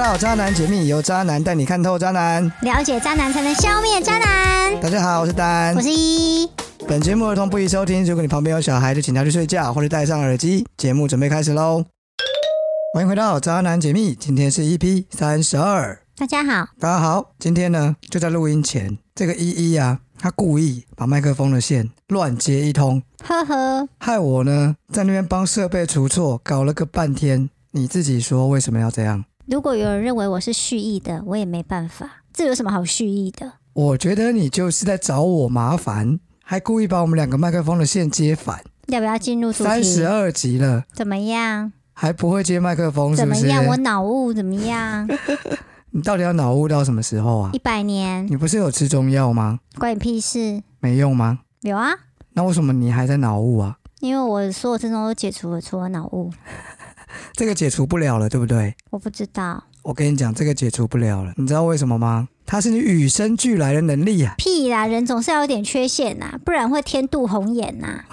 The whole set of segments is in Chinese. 好，渣男解密由渣男带你看透渣男。了解渣男才能消灭渣男。大家好，我是丹我。是一，本节目儿童不宜收听，如果你旁边有小孩，就请他去睡觉或者戴上耳机。节目准备开始喽！欢迎回到渣男解密，今天是 EP 三十二。大家好，大家好，今天呢就在录音前，这个依依啊，她故意把麦克风的线乱接一通，呵呵，害我呢在那边帮设备除错，搞了个半天。你自己说为什么要这样？如果有人认为我是蓄意的，我也没办法，这有什么好蓄意的？我觉得你就是在找我麻烦，还故意把我们两个麦克风的线接反。要不要进入主三十啊题？二集了，怎么样？还不会接麦克风，是怎不么是？样？我脑雾怎么样？你到底要脑雾到什么时候啊一？百年你不是有吃中药吗？关你屁事？没用吗？有啊，那为什么你还在脑雾啊？因为我所有症状都解除了，除了脑雾，这个解除不了了，对不对？我不知道我跟你讲，这个解除不了了，你知道为什么吗？它是你与生俱来的能力啊！屁啦，人总是要有点缺陷呐、不然会天妒红颜呐、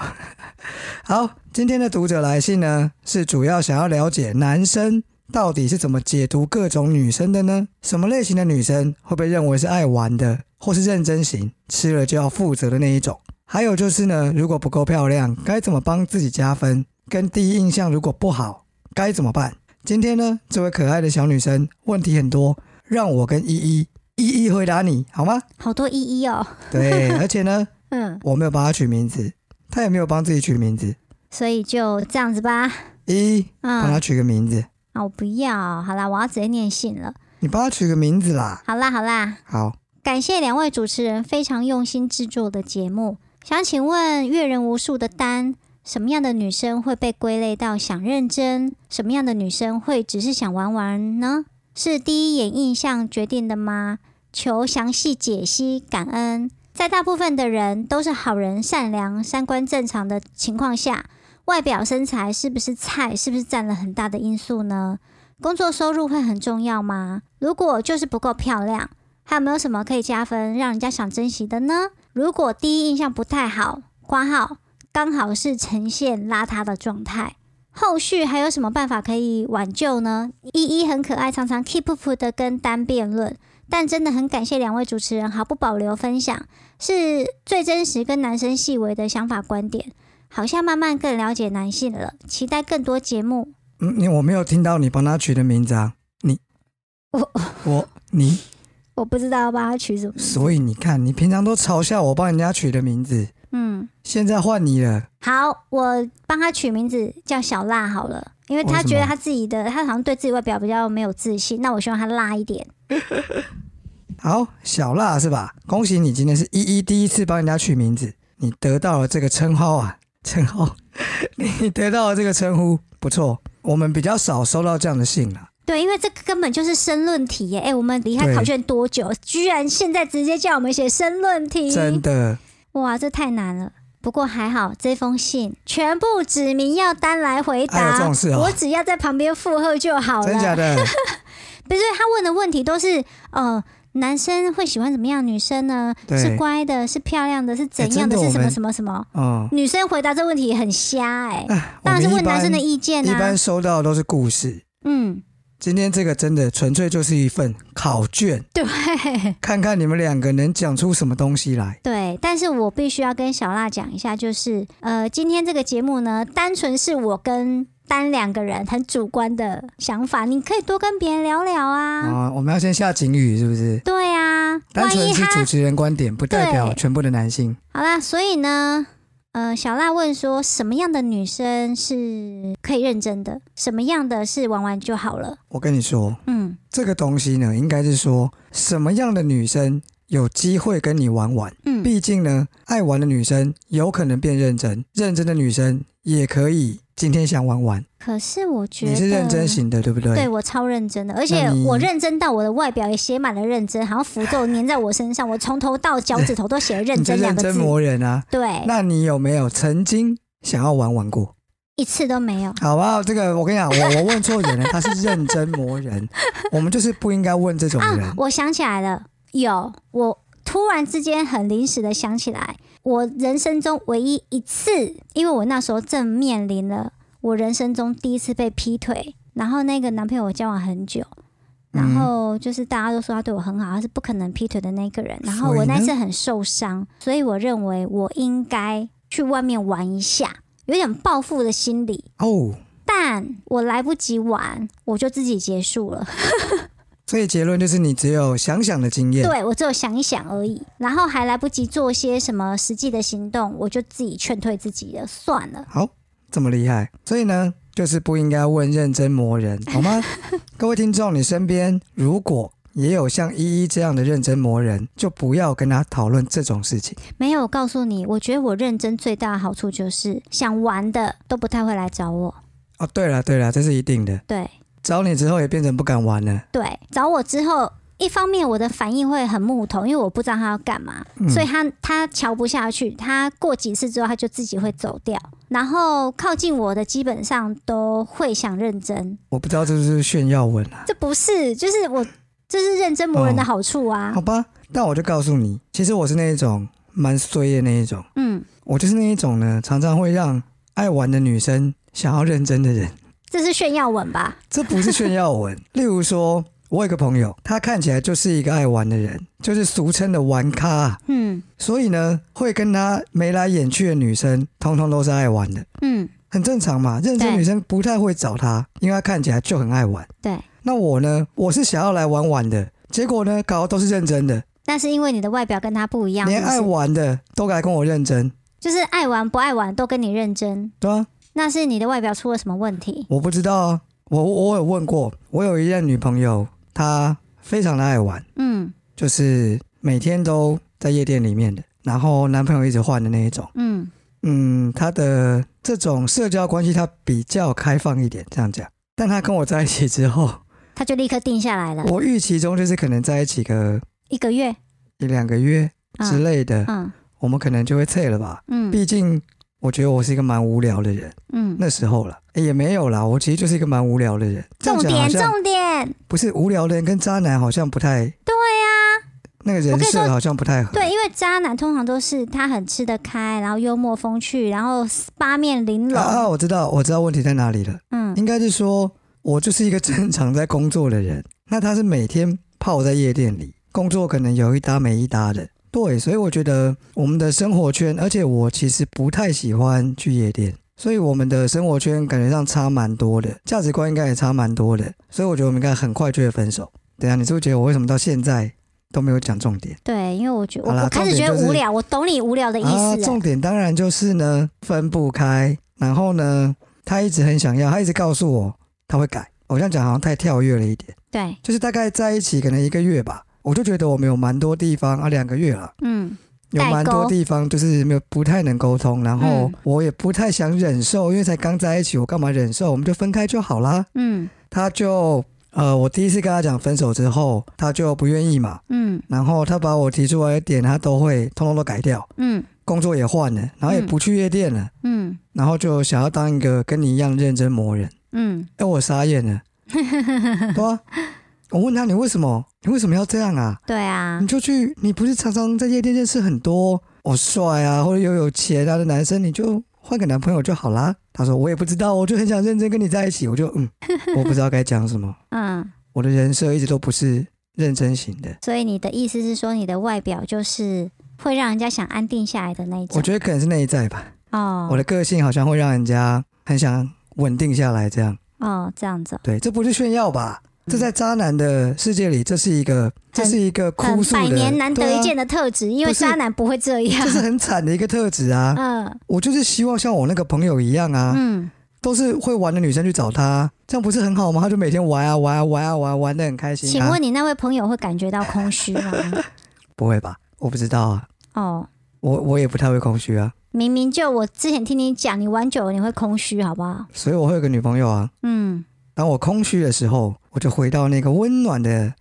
好，今天的读者来信呢，是主要想要了解男生到底是怎么解读各种女生的呢？什么类型的女生会被认为是爱玩的，或是认真型，吃了就要负责的那一种？还有就是呢，如果不够漂亮，该怎么帮自己加分？跟第一印象如果不好，该怎么办？今天呢，这位可爱的小女生问题很多，让我跟依依一一回答你好吗？好多一一哦，对，而且呢，嗯，我没有帮她取名字，她也没有帮自己取名字。所以就这样子吧。依依，帮嗯她，取个名字。啊，我不要，好啦，我要直接念信了。你帮他取个名字啦。好啦，好啦，好，感谢两位主持人非常用心制作的节目。想请问阅人无数的丹，什么样的女生会被归类到想认真？什么样的女生会只是想玩玩呢？是第一眼印象决定的吗？求详细解析，感恩。在大部分的人都是好人、善良、三观正常的情况下，外表、身材是不是菜，是不是占了很大的因素呢？工作收入会很重要吗？如果就是不够漂亮，还有没有什么可以加分，让人家想珍惜的呢？如果第一印象不太好，挂号刚好是呈现邋遢的状态，后续还有什么办法可以挽救呢？依依很可爱，常常 keep up 的跟单辩论，但真的很感谢两位主持人毫不保留分享，是最真实跟男生细微的想法观点。好像慢慢更了解男性了，期待更多节目。嗯，你我没有听到你帮他取的名字啊。你，我我你，我不知道要帮他取什么，所以你看，你平常都嘲笑我帮人家取的名字，嗯。现在换你了。好，我帮他取名字叫小辣好了，因为他为什么觉得他自己的，他好像对自己外表比较没有自信。那我希望他辣一点。好，小辣是吧？恭喜你今天是一一第一次帮人家取名字，你得到了这个称号啊，称号， 你得到了这个称呼，不错。我们比较少收到这样的信了。对，因为这个根本就是申论题耶！哎、我们离开对考卷多久，居然现在直接叫我们写申论题，真的，哇，这太难了。不过还好，这封信全部指明要单来回哎有答，这种事哦我只要在旁边附和就好了。真假的，不是他问的问题都是呃，男生会喜欢怎么样的女生呢？对哎是乖的，是漂亮的，是怎真样的是什我么们什么什么？ 嗯，女生回答这问题也很瞎哎、哎，我当们然是一问男生的般意见一啊般。收到的都是故事，嗯，今天这个真的纯粹就是一份考卷，对 看看你们两个能讲出什么东西来。对，但是我必须要跟小辣讲一下，就是呃，今天这个节目呢，单纯是我跟单两个人很主观的想法，你可以多跟别人聊聊啊、啊。我们要先下警语，是不是？对啊，单万纯一是他主持人观点，不代表对全部的男性。好啦，所以呢，呃，小辣问说，什么样的女生是可以认真的，什么样的是玩玩就好了？我跟你说，嗯，这个东西呢，应该是说什么样的女生有机会跟你玩玩。嗯毕竟呢，爱玩的女生有可能变认真，认真的女生也可以今天想玩玩。可是我觉得你是认真型的，对不对？对我超认真的，而且那你我认真到我的外表也写满了认真，好像符咒粘在我身上，我从头到脚趾头都写了认你就真两认个真字。磨人啊。对，那你有没有曾经想要玩玩过？一次都没有。好吧，这个我跟你讲，我我问错人了，他是认真磨人， 我们就是不应该问这种人啊，。我想起来了，有我突然之间很临时的想起来，我人生中唯一一次，因为我那时候正面临了我人生中第一次被劈腿，然后那个男朋友我交往很久，嗯然后就是大家都说他对我很好，他是不可能劈腿的那个人。然后所以我那呢次很受伤，所以我认为我应该去外面玩一下，有点报复的心理。哦，但我来不及玩，我就自己结束了。所以结论就是你只有想想的经验。对我只有想一想而已，然后还来不及做些什么实际的行动，我就自己劝退自己了，算了。好，这么厉害，所以呢，就是不应该问认真磨 人，好吗？各位听众，你身边如果也有像依依这样的认真磨人，就不要跟他讨论这种事情。没有，我告诉你，我觉得我认真最大的好处就是，想玩的都不太会来找我。哦，对了对了，这是一定的。对找你之后也变成不敢玩了，对，找我之后，一方面我的反应会很木头，因为我不知道他要干嘛，所以他他瞧不下去，他过几次之后他就自己会走掉。然后靠近我的基本上都会想认真，我不知道这是不是炫耀文啊？这不是就是我这是认真磨人的好处啊。好吧，但我就告诉你，其实我是那一种蛮衰的那一种，嗯，我就是那一种呢，常常会让爱玩的女生想要认真的人。这是炫耀文吧？这不是炫耀 文。例如说，我有个朋友，他看起来就是一个爱玩的人，就是俗称的玩咖，嗯所以呢，会跟他眉来眼去的女生，通通都是爱玩的，嗯，很正常嘛。认真对女生不太会找他，因为他看起来就很爱玩。对。那我呢，我是想要来玩玩的，结果呢，搞的都是认真的，但是因为你的外表跟他不一样，连是不是爱玩的都来跟我认真，就是爱玩不爱玩都跟你认真，对啊，那是你的外表出了什么问题？我不知道啊，我我有问过，我有一任女朋友，她非常的爱玩。嗯就是每天都在夜店里面的，然后男朋友一直换的那一种。嗯嗯，她的这种社交关系她比较开放一点，这样讲。但她跟我在一起之后，他就立刻定下来了，我预期中就是可能在一起个一个月，一两个月之嗯类的，嗯我们可能就会撤了吧。嗯毕竟我觉得我是一个蛮无聊的人，嗯，那时候了、诶也没有啦，我其实就是一个蛮无聊的人。这样重讲好点像嗯重点，不是无聊的人跟渣男好像不太对呀、那个啊我人跟你设说好像不太合。对，因为渣男通常都是他很吃得开，然后幽默风趣，然后八面玲珑，啊啊，我知道，我知道问题在哪里了。嗯应该是说，我就是一个正常在工作的人，那他是每天泡在夜店里，工作可能有一搭没一搭的。对，所以我觉得我们的生活圈，而且我其实不太喜欢去夜店，所以我们的生活圈感觉上差蛮多的，价值观应该也差蛮多的，所以我觉得我们应该很快就会分手。等一下，你是不是觉得我为什么到现在都没有讲重点？对，因为我觉得好啦我我开始重觉点得就是无聊，我懂你无聊的意啊，思了，欸重点当然就是呢，分不开。然后呢，他一直很想要，他一直告诉我他会改。我这样讲好像太跳跃了一点，对，就是大概在一起可能一个月吧，我就觉得我们有蛮多地方啊，两个月了，嗯有蛮代多沟地方就是没有不太能沟通，然后嗯我也不太想忍受，因为才刚在一起，我干嘛忍受？我们就分开就好啦。嗯他就呃，我第一次跟他讲分手之后，他就不愿意嘛，嗯然后他把我提出来的点，他都会通通都改掉。嗯工作也换了，然后也嗯不去夜店了，嗯然后就想要当一个跟你一样认真磨人。嗯，哎、我傻眼 了，对啊，我问他你为什么，你为什么要这样啊？对啊你，就去，你不是常常在夜店认识很多哦帅啊或者又有钱啊的男生，你就换个男朋友就好啦。他说我也不知道，我就很想认真跟你在一起，我就 嗯，我不知道该讲什么，嗯。我的人设一直都不是认真型的。所以你的意思是说，你的外表就是会让人家想安定下来的那一我种觉得可能是内在吧，我哦的个性好像会让人家很想稳定下来这样。哦，这样子哦对，这不是炫耀吧？这在渣男的世界里，这是一个，这是一个很哭诉嗯百的，年难对得一见的特质，因为不是渣男不会这啊，样这。是很惨的一个特质啊。嗯我就是希望像我那个朋友一样啊，嗯都是会玩的女生去找他，这样不是很好吗？他就每天玩啊玩啊玩啊玩啊，玩的很开心、啊。请问你那位朋友会感觉到空虚吗？ 不会吧？我不知道啊，哦，我我也不太会空虚啊，明明就我之前听你讲，你玩久了你会空虚，好不好？所以我会有个女朋友啊。嗯，当我空虚的时候，我就回到那个温暖的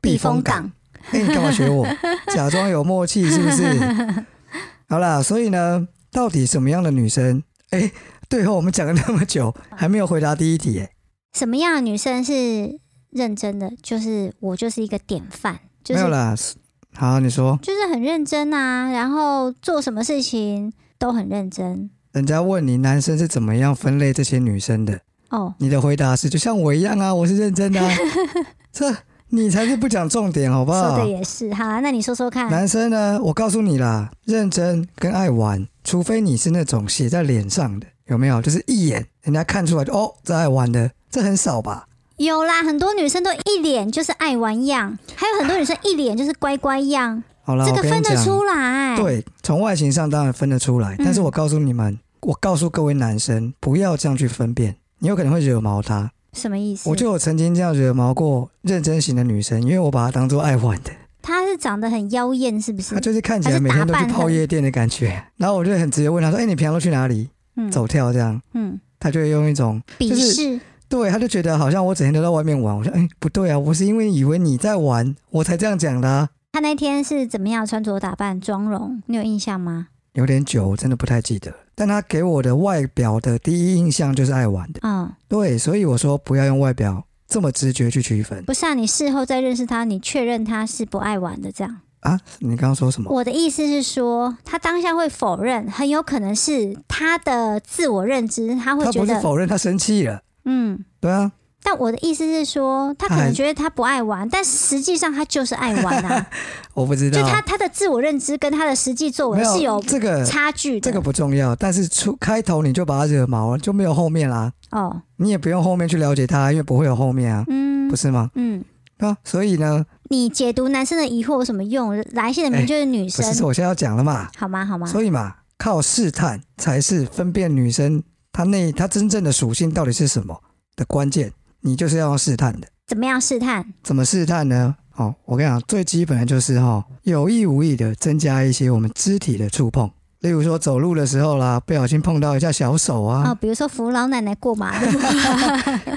避风港。港。哎、你干嘛 学我？假装有默契是不是？好啦，所以呢，到底什么样的女生？哎、对哦，我们讲了那么久，啊还没有回答第一题、哎，什么样的女生是认真的？就是我就是一个典范，就没是有啦。是好，你说，就是很认真啊，然后做什么事情都很认真。人家问你男生是怎么样分类这些女生的，哦，你的回答是就像我一样啊，我是认真 的、啊。这你才是不讲重点，好不说好的？也是，好啊，那你说说看，男生呢，我告诉你啦，认真跟爱玩，除非你是那种写在脸上的，有没有？就是一眼人家看出来就哦，这爱玩的，这很少吧？有啦，很多女生都一脸就是爱玩样，还有很多女生一脸就是乖 乖样，好啦，这我个跟分你得讲，出来。，对，从外形上当然分得出来，但是嗯我告诉你们，我告诉各位男生，不要这样去分辨，你有可能会惹毛他。什么意思？我就有曾经这样惹毛过认真型的女生，因为我把她当做爱玩的，她是长得很妖艳，是不是她？就是看起来每天都去泡夜店的感觉。然后我就很直接问她说：“哎、你平常都去哪里？嗯走跳这样？”嗯，她就会用一种鄙就是视对，她就觉得好像我整天都在外面玩。我说：“哎、不对啊，我是因为以为你在玩，我才这样讲的、啊。她那天是怎么样穿着打扮、妆容，你有印象吗？”有点久，我真的不太记得。但她给我的外表的第一印象就是爱玩的，嗯，对，所以我说不要用外表这么直觉去区分不是啊，你事后再认识她，你确认她是不爱玩的这样。啊。你刚刚说什么？我的意思是说，她当下会否认，很有可能是她的自我认知，她会她觉不是得，否认，她生气了，嗯。哎对啊。但我的意思是说，她可她还能觉得她不爱玩，但实际上她就是爱玩 啊。我不知道，就她她的自我认知跟她的实际作没为有是有呃这个差距的。这个不重要，但是出开头你就把他惹毛了，就没有后面啦，哦，你也不用后面去了解他，因为不会有后面啊，嗯不是吗？嗯，啊，所以呢，你解读男生的疑惑有什么用？来信的明明哎就是女不生，是我现在要讲了嘛，好吗？好吗？所以嘛，靠试探才是分辨女生她那她真正的属性到底是什么的关键，你就是要用试探的，怎么样试探？怎么试探呢？哦，我跟你讲，最基本的就是哈、哦，有意无意的增加一些我们肢体的触碰，例如说走路的时候啦，不小心碰到一下小手啊，哦，比如说扶老奶奶过马路，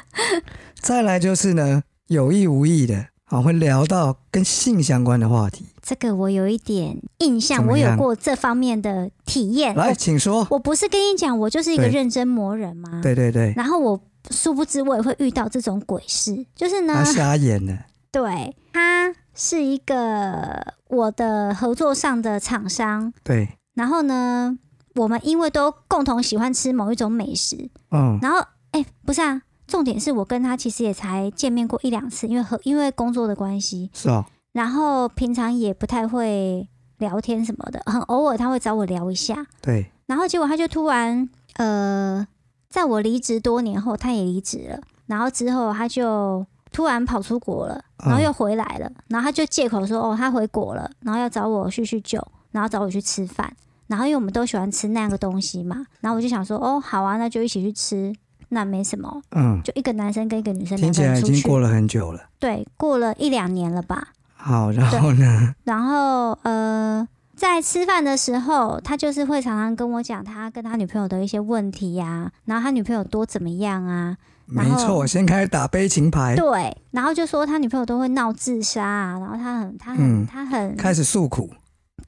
再来就是呢，有意无意的啊，会聊到跟性相关的话题。这个我有一点印怎象，么我样有过这方面的体验。来，我请说。我不是跟你讲，我就是一个对认真磨人吗？对对对，然后我殊不知我也会遇到这种鬼事，就是呢他，瞎眼了。对，他是一个我的合作上的厂商，对，然后呢，我们因为都共同喜欢吃某一种美食，嗯，然后，哎、不是啊，重点是我跟他其实也才见面过一两次，因为和因为工作的关系，是哦，然后平常也不太会聊天什么的，很偶尔他会找我聊一下，对，然后结果他就突然，呃，在我离职多年后，他也离职了，然后之后他就突然跑出国了，嗯然后又回来了，然后他就借口说，哦，他回国了，然后要找我叙叙旧，然后找我去吃饭，然后因为我们都喜欢吃那样的东西嘛，然后我就想说，哦，好啊，那就一起去吃，那没什么，嗯，就一个男生跟一个女生听两起个来人已出经去，过了很久了。对，过了一两年了吧，好，然后呢？然后呃，在吃饭的时候，他就是会常常跟我讲他跟他女朋友的一些问题呀、然后他女朋友多怎么样啊，然没后错，先开始打悲情牌，对，然后就说他女朋友都会闹自杀啊，然后他很他很、嗯他很开始诉苦。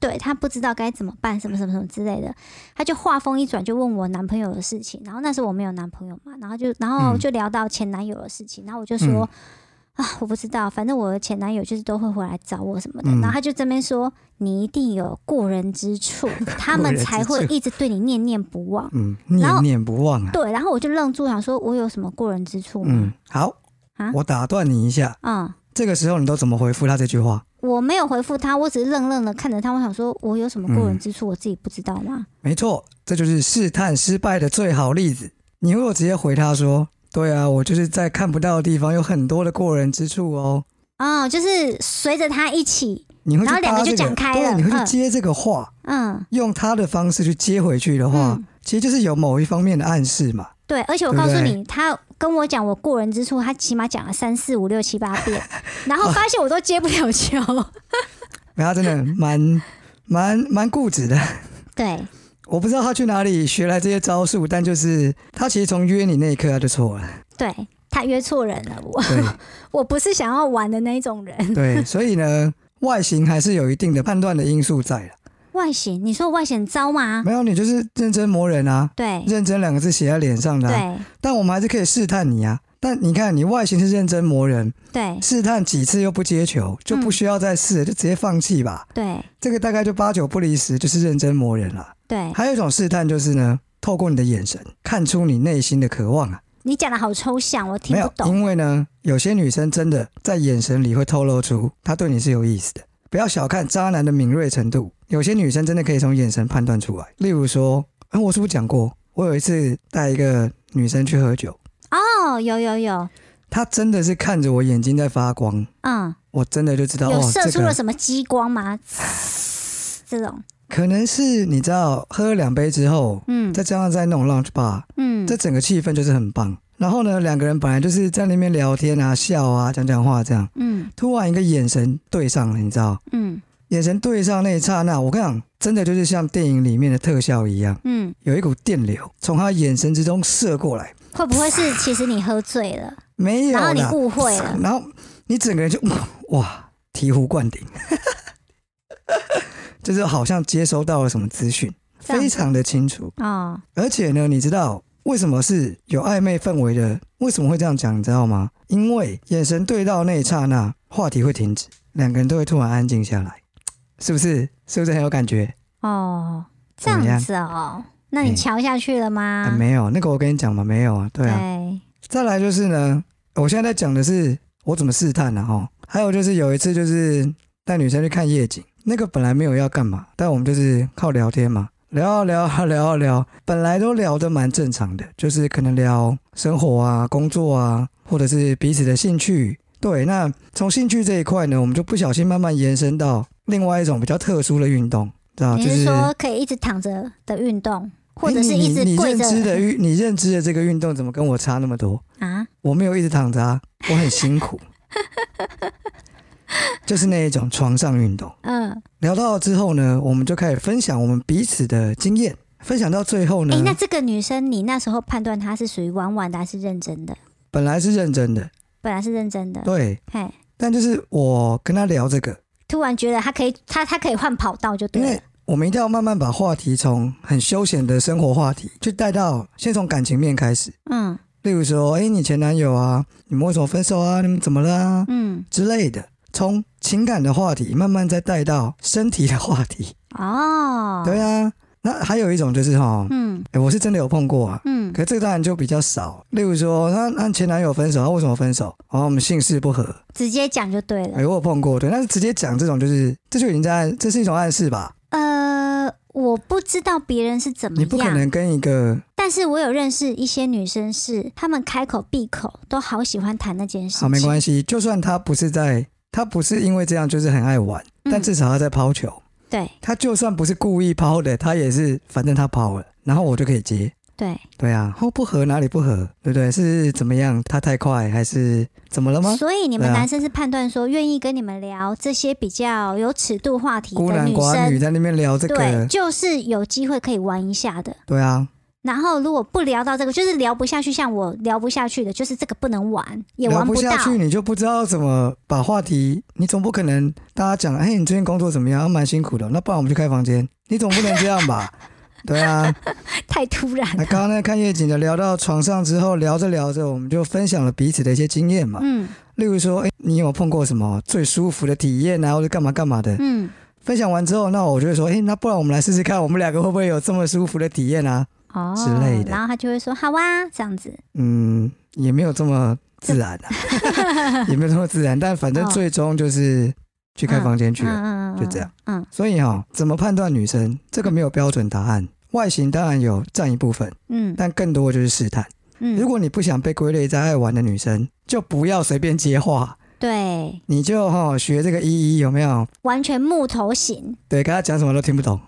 对他不知道该怎么办，什么什么什么之类的，他就话锋一转就问我男朋友的事情，然后那时候我没有男朋友嘛，然后就然后嗯就聊到前男友的事情，然后我就说、啊，我不知道，反正我的前男友就是都会回来找我什么的，嗯然后他就这边说你一定有过人之处，他 过们人之才会处一直对你念念不忘。嗯，然后念念不忘啊。对，然后我就愣住，想说我有什么过人之处嗯吗？，好啊，我打断你一下，嗯这个时候你都怎么回复他这句话？我没有回复他，我只是愣愣的看着他，我想说我有什么嗯过人之处，我自己不知道吗？没错，这就是试探失败的最好例子。你如果直接回他说：“对啊，我就是在看不到的地方有很多的过人之处哦。哦，就是随着他一起，”你会去然后两个搭这就讲开了对，你会去嗯接这个话，嗯，用他的方式去接回去的话，嗯其实就是有某一方面的暗示嘛。对。而且我对告不诉对你，他跟我讲我过人之处，他起码讲了三四五六七八遍， 然后发现我都接不了球。然后他真的蛮 蛮蛮固执的，对，我不知道他去哪里学来这些招数，但就是他其实从约你那一刻他就错了。对他约错人了，我 对我不是想要玩的那一种人。对，所以呢，外形还是有一定的判断的因素在了。外形，你说外显糟吗？没有，你就是认真磨人啊。嗯对认真两个字写在脸上的啊、对但我们还是可以试探你啊。但你看，你外形是认真磨人，对试探几次又不接球，就嗯不需要再试了，就直接放弃吧。对这个大概就八九不离十，就是认真磨人了。对，还有一种试探就是呢，透过你的眼神看出你内心的渴望啊。你讲的好抽象，我听没不有，懂。因为呢，有些女生真的在眼神里会透露出她对你是有意思的。不要小看渣男的敏锐程度，有些女生真的可以从眼神判断出来。例如说，哎、我是不是讲过，我有一次带一个女生去喝酒，哦，有有有，她真的是看着我眼睛在发光，嗯，我真的就知道有哇，射这出了个什么激光吗？这种，可能是你知道，喝了两杯之后，嗯再加上在那种 lounge bar，嗯这整个气氛就是很棒。然后呢，两个人本来就是在那边聊天啊、笑啊、讲讲话这样，嗯突然一个眼神对上了，你知道，嗯眼神对上那一刹那，我跟你讲，真的就是像电影里面的特效一样，嗯，有一股电流从他眼神之中射过来，会不会是其实你喝醉了，没有然后你啦，误会 了？然后你整个人就哇醍醐灌顶，就是好像接收到了什么资讯，这样非子常的清楚。哦，而且呢，你知道为什么是有暧昧氛围的？为什么会这样讲？你知道吗？因为眼神对到那一刹那，话题会停止，两个人都会突然安静下来，是不是？是不是很有感觉？哦，这怎么样样子哦，那你嗯瞧下去了吗啊，？没有，那个我跟你讲嘛，没有啊，对啊。对，再来就是呢，我现在在讲的是我怎么试探的、啊、哈。还有就是有一次就是带女生去看夜景，那个本来没有要干嘛，但我们就是靠聊天嘛，聊啊聊啊聊啊聊，本来都聊得蛮正常的，就是可能聊生活啊、工作啊，或者是彼此的兴趣。对，那从兴趣这一块呢，我们就不小心慢慢延伸到另外一种比较特殊的运动，知道？你哦就是是说可以一直躺着的运动，或诶者是你一直你你跪认着知的运，你认知的这个运动怎么跟我差那么多？啊？我没有一直躺着、 啊，我很辛苦，就是那一种床上运动。嗯，聊到之后呢，我们就开始分享我们彼此的经验，分享到最后呢，哎、那这个女生，你那时候判断她是属于玩玩的还是认真的？本来是认真的，本来是认真的，对，嘿，但就是我跟他聊这个，突然觉得她可以，她她可以换跑道就因对为了。我们一定要慢慢把话题从很休闲的生活话题，去带到先从感情面开始，嗯例如说，哎、你前男友啊，你们为什么分手啊？你们怎么了啊？嗯，之类的，从情感的话题慢慢再带到身体的话题。哦，对啊，那还有一种就是哈、嗯诶我是真的有碰过啊，嗯可是这个当然就比较少。例如说，她她前男友分手，她为什么分手？哦，我们姓氏不合，直接讲就对了哎、。我有碰过，对，但是直接讲这种就是，这就已经在暗，这是一种暗示吧？呃，我不知道别人是怎么你不可样，能跟一个但是我有认识一些女生是，她们开口闭口都好喜欢谈那件事情。好没关系，就算他不是在，他不是因为这样就是很爱玩，嗯但至少他在抛球，对他就算不是故意抛的，他也是反正他抛了，然后我就可以接。对，对啊，哦不合哪里不合，对不对？是怎么样？他太快还是怎么了吗？所以你们对啊男生是判断说，愿意跟你们聊这些比较有尺度话题孤的男女寡女生，在那边聊这对，个，就是有机会可以玩一下的。对啊，然后如果不聊到这个，就是聊不下去，像我聊不下去的，就是这个不能玩，也聊玩不到下。去，你就不知道怎么把话题。你总不可能大家讲，哎、你最近工作怎么样？啊蛮辛苦的，那不然我们去开房间。你总不能这样 吧？对啊，太 突然那了。刚刚那看夜景的聊到床上之后，聊着聊着，我们就分享了彼此的一些经验嘛，嗯例如说，哎、你有碰过什么最舒服的体验啊，或者干嘛干嘛的？嗯，分享完之后，那我就会说，哎、那不然我们来试试看，我们两个会不会有这么舒服的体验啊？哦，之类的然后他就会说好啊，这样子。嗯，也没有这么自然啊， 也没有这么自然，但反正哦最终就是去开房间去了，嗯啊就这样。嗯所以哈、怎么判断女生这个没有标准答案，外形当然有占一部分，嗯但更多的就是试探。嗯，如果你不想被归类在爱玩的女生，就不要随便接话，对，你就哈、学这个依依有没有？完全木头型。对，跟她讲什么都听不懂，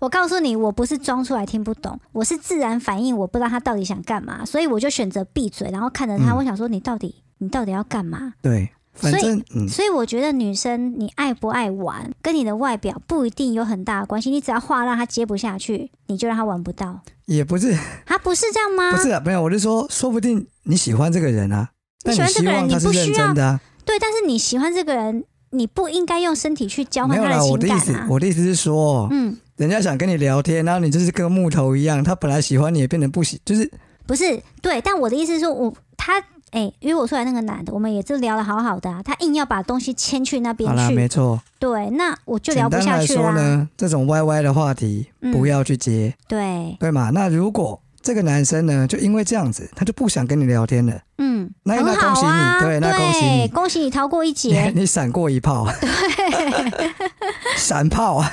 我告诉你，我不是装出来听不懂，我是自然反应，我不知道他到底想干嘛，所以我就选择闭嘴，然后看着他。嗯我想说，你到底你到底要干嘛？对，反所以正嗯，所以我觉得女生你爱不爱玩，跟你的外表不一定有很大的关系。你只要话让她接不下去，你就让她玩不到。也不是啊，不是这样吗？不是啊，没有，我是说，说不定你喜欢这个人啊，你但喜你欢这希个人望他你不是需认要真的啊。对，但是你喜欢这个人，你不应该用身体去交没换有他啦，情我的意感思啊，。我的意思是说，嗯，人家想跟你聊天，然后你就是跟木头一样，他本来喜欢你，也变成不喜，就是不是对，但我的意思是说，我他哎约我出来那个男的，我们也就聊的好好的啊，他硬要把东西牵去那边好啦，没去，错。对，那我就简聊不单下来去说啦。呢，这种歪歪的话题嗯不要去接，对，对嘛？那如果这个男生呢，就因为这样子，他就不想跟你聊天了。嗯，那很那好恭喜你啊，对那恭喜你恭喜你逃过 一劫。你你闪过一炮， 闪炮 啊，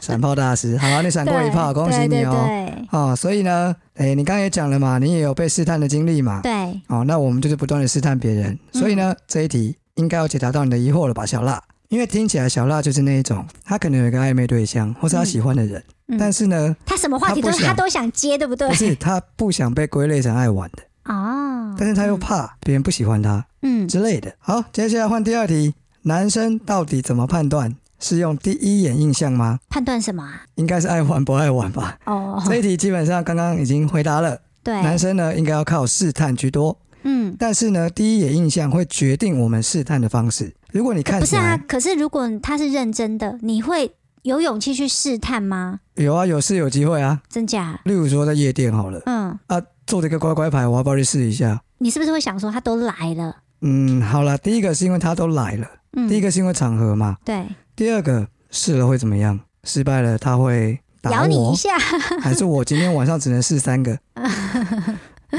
闪炮大师，好、啊，你闪过一炮，对恭喜你哦。对哦，所以呢，哎、你刚刚也讲了嘛，你也有被试探的经历嘛对，对，哦，那我们就是不断的试探别人，嗯所以呢，这一题应该要解答到你的疑惑了吧，小辣？因为听起来小辣就是那一种，他可能有一个暧昧对象，或是他喜欢的人，嗯但是呢，他什么话题都他不想他都想接，对不对不？是他不想被归类成爱玩的，啊，但是他又怕别人不喜欢他嗯，之类的。好，接下来换第二题，男生到底怎么判断？是用第一眼印象吗？判断什么啊？应该是爱玩不爱玩吧。哦，这一题基本上刚刚已经回答了，男对，生呢应该要靠试探居多，嗯，但是呢，第一眼印象会决定我们试探的方式。如果你看不起是啊。来可是如果他是认真的，你会有勇气去试探吗？有啊，有是有机会啊。真假？例如说在夜店好了，嗯，啊，做这个乖乖牌，我要不要去试一下？你是不是会想说他都来了？嗯，好啦，第一个是因为他都来了，嗯，第一个是因为场合嘛，对，第二个试了会怎么样？失败了他会打咬你我一，下， 还是我今天晚上只能试三 个？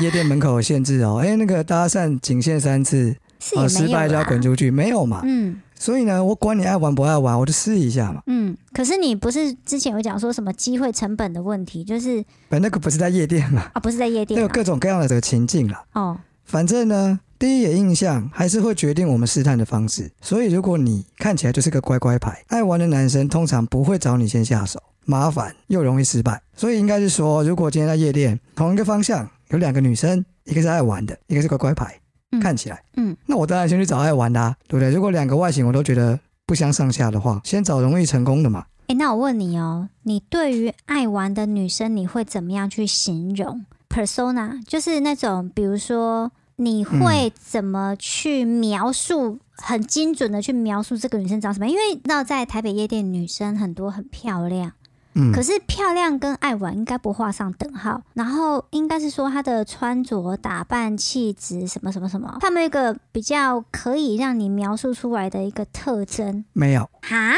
夜店门口有限制哦，哎、那个搭讪仅限三次，是啊，也失没有败就要啦。滚出去，没有嘛？嗯所以呢，我管你爱玩不爱玩，我就试一下嘛。嗯，可是你不是之前有讲说什么机会成本的问题，就是反正那个不是在夜店嘛，啊，不是在夜那店有啊，各种各样的这个情境啦。哦，反正呢，第一眼印象还是会决定我们试探的方式。所以如果你看起来就是个乖乖牌，爱玩的男生通常不会找你先下手，麻烦又容易失败。所以应该是说，如果今天在夜店同一个方向有两个女生，一个是爱玩的，一个是乖乖牌，嗯看起来，嗯，那我当然先去找爱玩的、啊，对不对？如果两个外形我都觉得不相上下的话，先找容易成功的嘛。哎、那我问你哦，你对于爱玩的女生，你会怎么样去形容 persona？就是那种，比如说，你会怎么去描述，很精准的去描述这个女生长什么样？因为那在台北夜店，女生很多很漂亮，嗯，可是漂亮跟爱玩应该不画上等号。然后应该是说她的穿着、打扮、气质什么什么什么，他们有一个比较可以让你描述出来的一个特征没有。哈，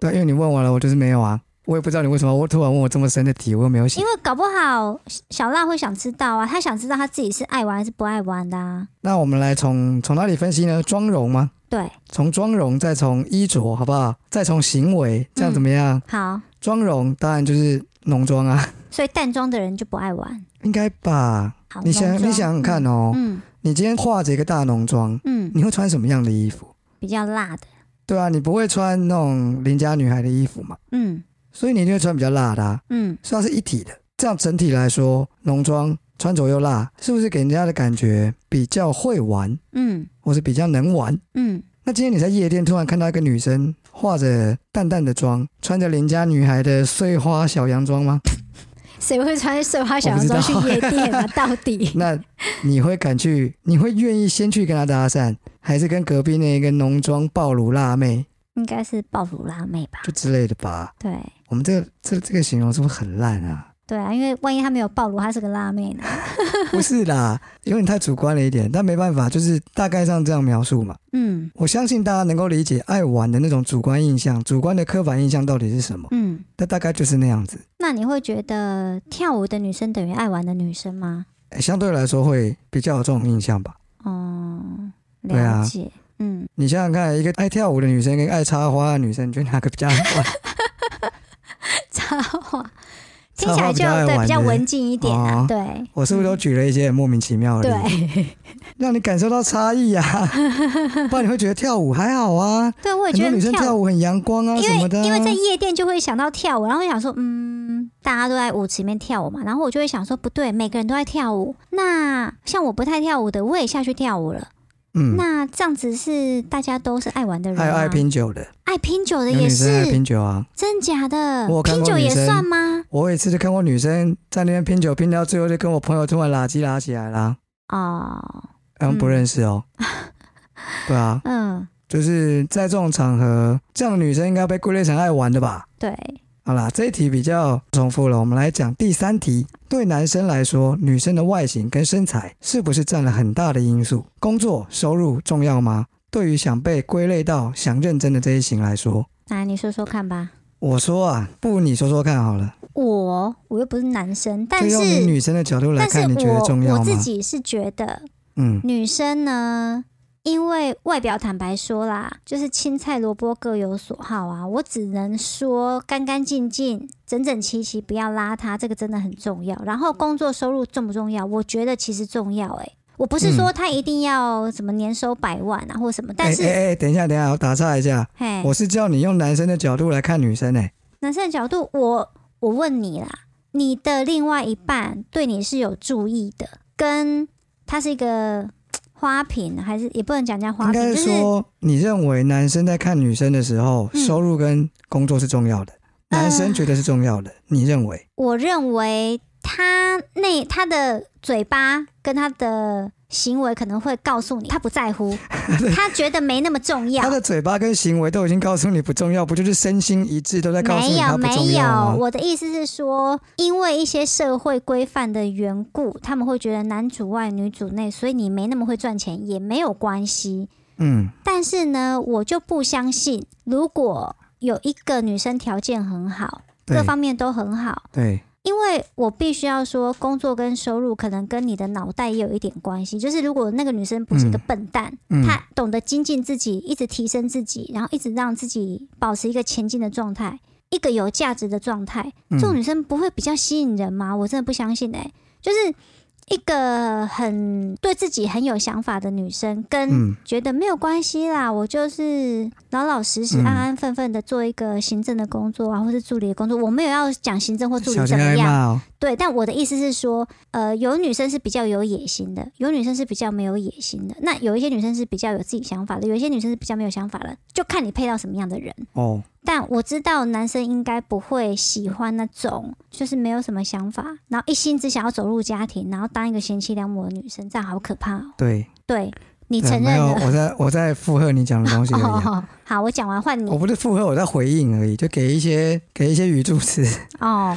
对，因为你问我了，我就是没有啊。我也不知道你为什么我突然问我这么深的题，我又没有写因。为搞不好小小辣会想知道啊，他想知道他自己是爱玩还是不爱玩的啊。那我们来从从哪里分析呢？妆容吗？对，从妆容，再从衣着，好不好？再从行嗯为，这样怎么样？好，妆容当然就是浓妆啊，所以淡妆的人就不爱玩。应该吧？好，你想，浓你妆想想看，哦，嗯你今天化着一个大浓妆，嗯，你会穿什么样的衣服？比较辣的，对啊，你不会穿那种邻家女孩的衣服嘛，嗯所以你一定会穿比较辣的、啊，嗯，所以它是一体的。这样整体来说，浓妆穿着又辣，是不是给人家的感觉比较会玩，嗯或是比较能玩？嗯那今天你在夜店突然看到一个女生化着淡淡的妆，穿着邻家女孩的碎花小洋装吗？ 谁会穿碎花小洋装去我不知夜道店啊？到底？那你会敢去？你会愿意先去跟她搭讪，还是跟隔壁那一个浓妆暴乳辣妹应该是爆乳辣妹吧？就之类的吧？对我们这个这这个形容是不是很烂啊？ 对啊，因为万一他没有爆乳，他是个辣妹呢。不是啦，有点太主观了一点，但没办法，就是大概上这样描述嘛。嗯我相信大家能够理解爱玩的那种主观印象、主观的刻板印象到底是什么，嗯，那大概就是那样子。那你会觉得跳舞的女生等于爱玩的女生吗？哎相对来说会比较有这种印象吧。哦，对啊了解。嗯， 你想想看，一个爱跳舞的女生跟爱插花的女生，你觉得哪个比 较爱玩？插花，听插起花来比较爱就对玩比较对文静一点啊哦， 对我是不是都举了一些很莫名其妙的例 子，对让你感受到差异啊？ 不然你会觉得跳舞还好啊，对，我也很多觉女得生跳舞，舞很阳光啊因什么的为啊、因为在夜店就会想到跳舞，然后会想说，嗯，大家都在舞池里面跳舞嘛，然后我就会想说，不对，每个人都在跳舞，那像我不太跳舞的，我也下去跳舞了，嗯，那这样子是大家都是爱玩的人、啊，还有爱拼酒的，爱拼酒的有也女生爱是拼酒啊。真假的我有，看拼过酒女也生算吗？我有一次就看过女生在那边拼酒，拼到最后就跟我朋友突然拉鸡拉起来啦，哦，然后不嗯认识哦。对啊，嗯，就是在这种场合，这样的女生应该被归类成爱玩的吧？对，好啦，这一题比较重复了，我们来讲第三题。对男生来说，女生的外形跟身材是不是占了很大的因素？工作、收入重要吗？对于想被归类到想认真的这一型来说，来你说说看吧，我说啊，不如你说说看好了，我我又不是男生，但就用你是女生的角度来但是看，你觉得重我要我吗？自己是觉得嗯，女生呢，因为外表坦白说啦，就是青菜萝卜各有所好啊。我只能说干干净净、整整齐齐，不要邋遢，这个真的很重要。然后工作收入重不重要？我觉得其实重要、欸。诶，我不是说他一定要什么年收百万啊或什么，但嗯哎哎是哎哎，等一下等一下，我打岔一下，嘿，我是叫你用男生的角度来看女生哎、男生的角度，我我问你啦，你的另外一半对你是有注意的，跟他是一个花瓶，还是也不能讲人家花应瓶，该就是说，你认为男生在看女生的时候，嗯收入跟工作是重要的，呃男生觉得是重要的，你认为？我认为他那他的嘴巴跟他的行为可能会告诉你，他不在 乎，他觉得没那么重要他。的嘴巴跟行为都已经告诉你不重要，不就是身心一致都在告诉没你他有不重没要啊有，吗？我的意思是说，因为一些社会规范的缘故，他们会觉得男主外女主内，所以你没那么会赚钱也没有关系。嗯，但是呢，我就不相信，如果有一个女生条件很好，对各方面都很好，对，因为我必须要说，工作跟收入可能跟你的脑袋也有一点关系。就是如果那个女生不是一个笨蛋，嗯她懂得精进自己，一直提升自己，然后一直让自己保持一个前进的状态，一个有价值的状态，这种嗯女生不会比较吸引人吗？我真的不相信哎、就是一个很对自己很有想法的女生，跟嗯觉得没有关系啦，我就是老老实实、嗯安安分分的做一个行政的工作啊，或是助理的工作。我没有要讲行政或助小理心怎么挨样，骂哦。对，但我的意思是说，呃，有女生是比较有野心的，有女生是比较没有野心的。那有一些女生是比较有自己想法的，有一些女生是比较没有想法的，就看你配到什么样的人。哦，但我知道男生应该不会喜欢那种就是没有什么想法，然后一心只想要走入家庭，然后当一个贤妻良母的女生，这样好可怕哦。对，对你对承没认有，了。我在我在附和你讲的东西而已啊、 哦，好，我讲完换你我不是附和，我在回应而已，就给一些给一些语助词。哦。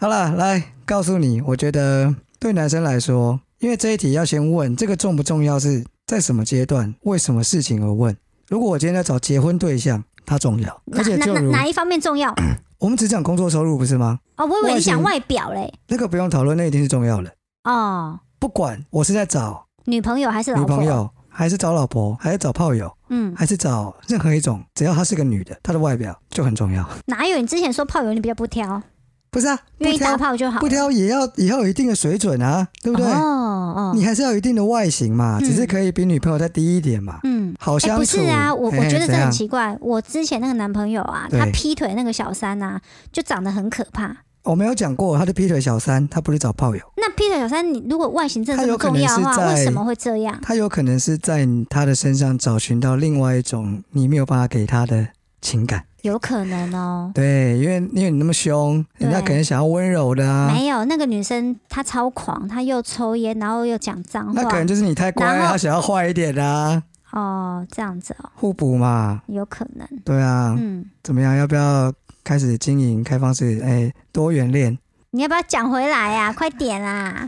好了，来告诉你，我觉得对男生来说，因为这一题要先问这个重不重要是在什么阶段、为什么事情而问。如果我今天要找结婚对象，它重要，哪而且哪就哪如哪一方面重要？我们只讲工作收入不是吗？哦，我以为外你讲形外表嘞。那个不用讨论，那一定是重要的。哦，不管我是在找女朋友还是女老婆？朋友，还是找老婆，还是找炮友，嗯，还是找任何一种，只要她是个女的，她的外表就很重要。哪有？你之前说炮友你比较不挑，不是啊，不愿意打挑炮就好。不挑也要也要有一定的水准啊，对不对？哦哦，你还是要有一定的外形嘛，嗯只是可以比女朋友再低一点嘛，嗯。好哎、相不处。是啊，我我哎觉得这怎很样奇怪。我之前那个男朋友啊，对他劈腿那个小三啊，就长得很可怕。我没有讲过，他是劈腿小三，他不是找炮友，那劈腿小三，你如果外形真的他这有么可重能要的是话，为在什么会这样？他有可能是在他的身上找寻到另外一种你没有办法给他的情感。有可能哦，对，因为因为你那么凶，对人家可能想要温柔的啊，没有那个女生她超狂，她又抽烟，然后又讲脏那可话能，就是你太乖，然后他想要坏一点的啊，哦，这样子哦，互补嘛。有可能，对啊，嗯。怎么样？要不要开始经营开放式？哎，多元恋。你要不要讲回来 呀、啊？快点啦！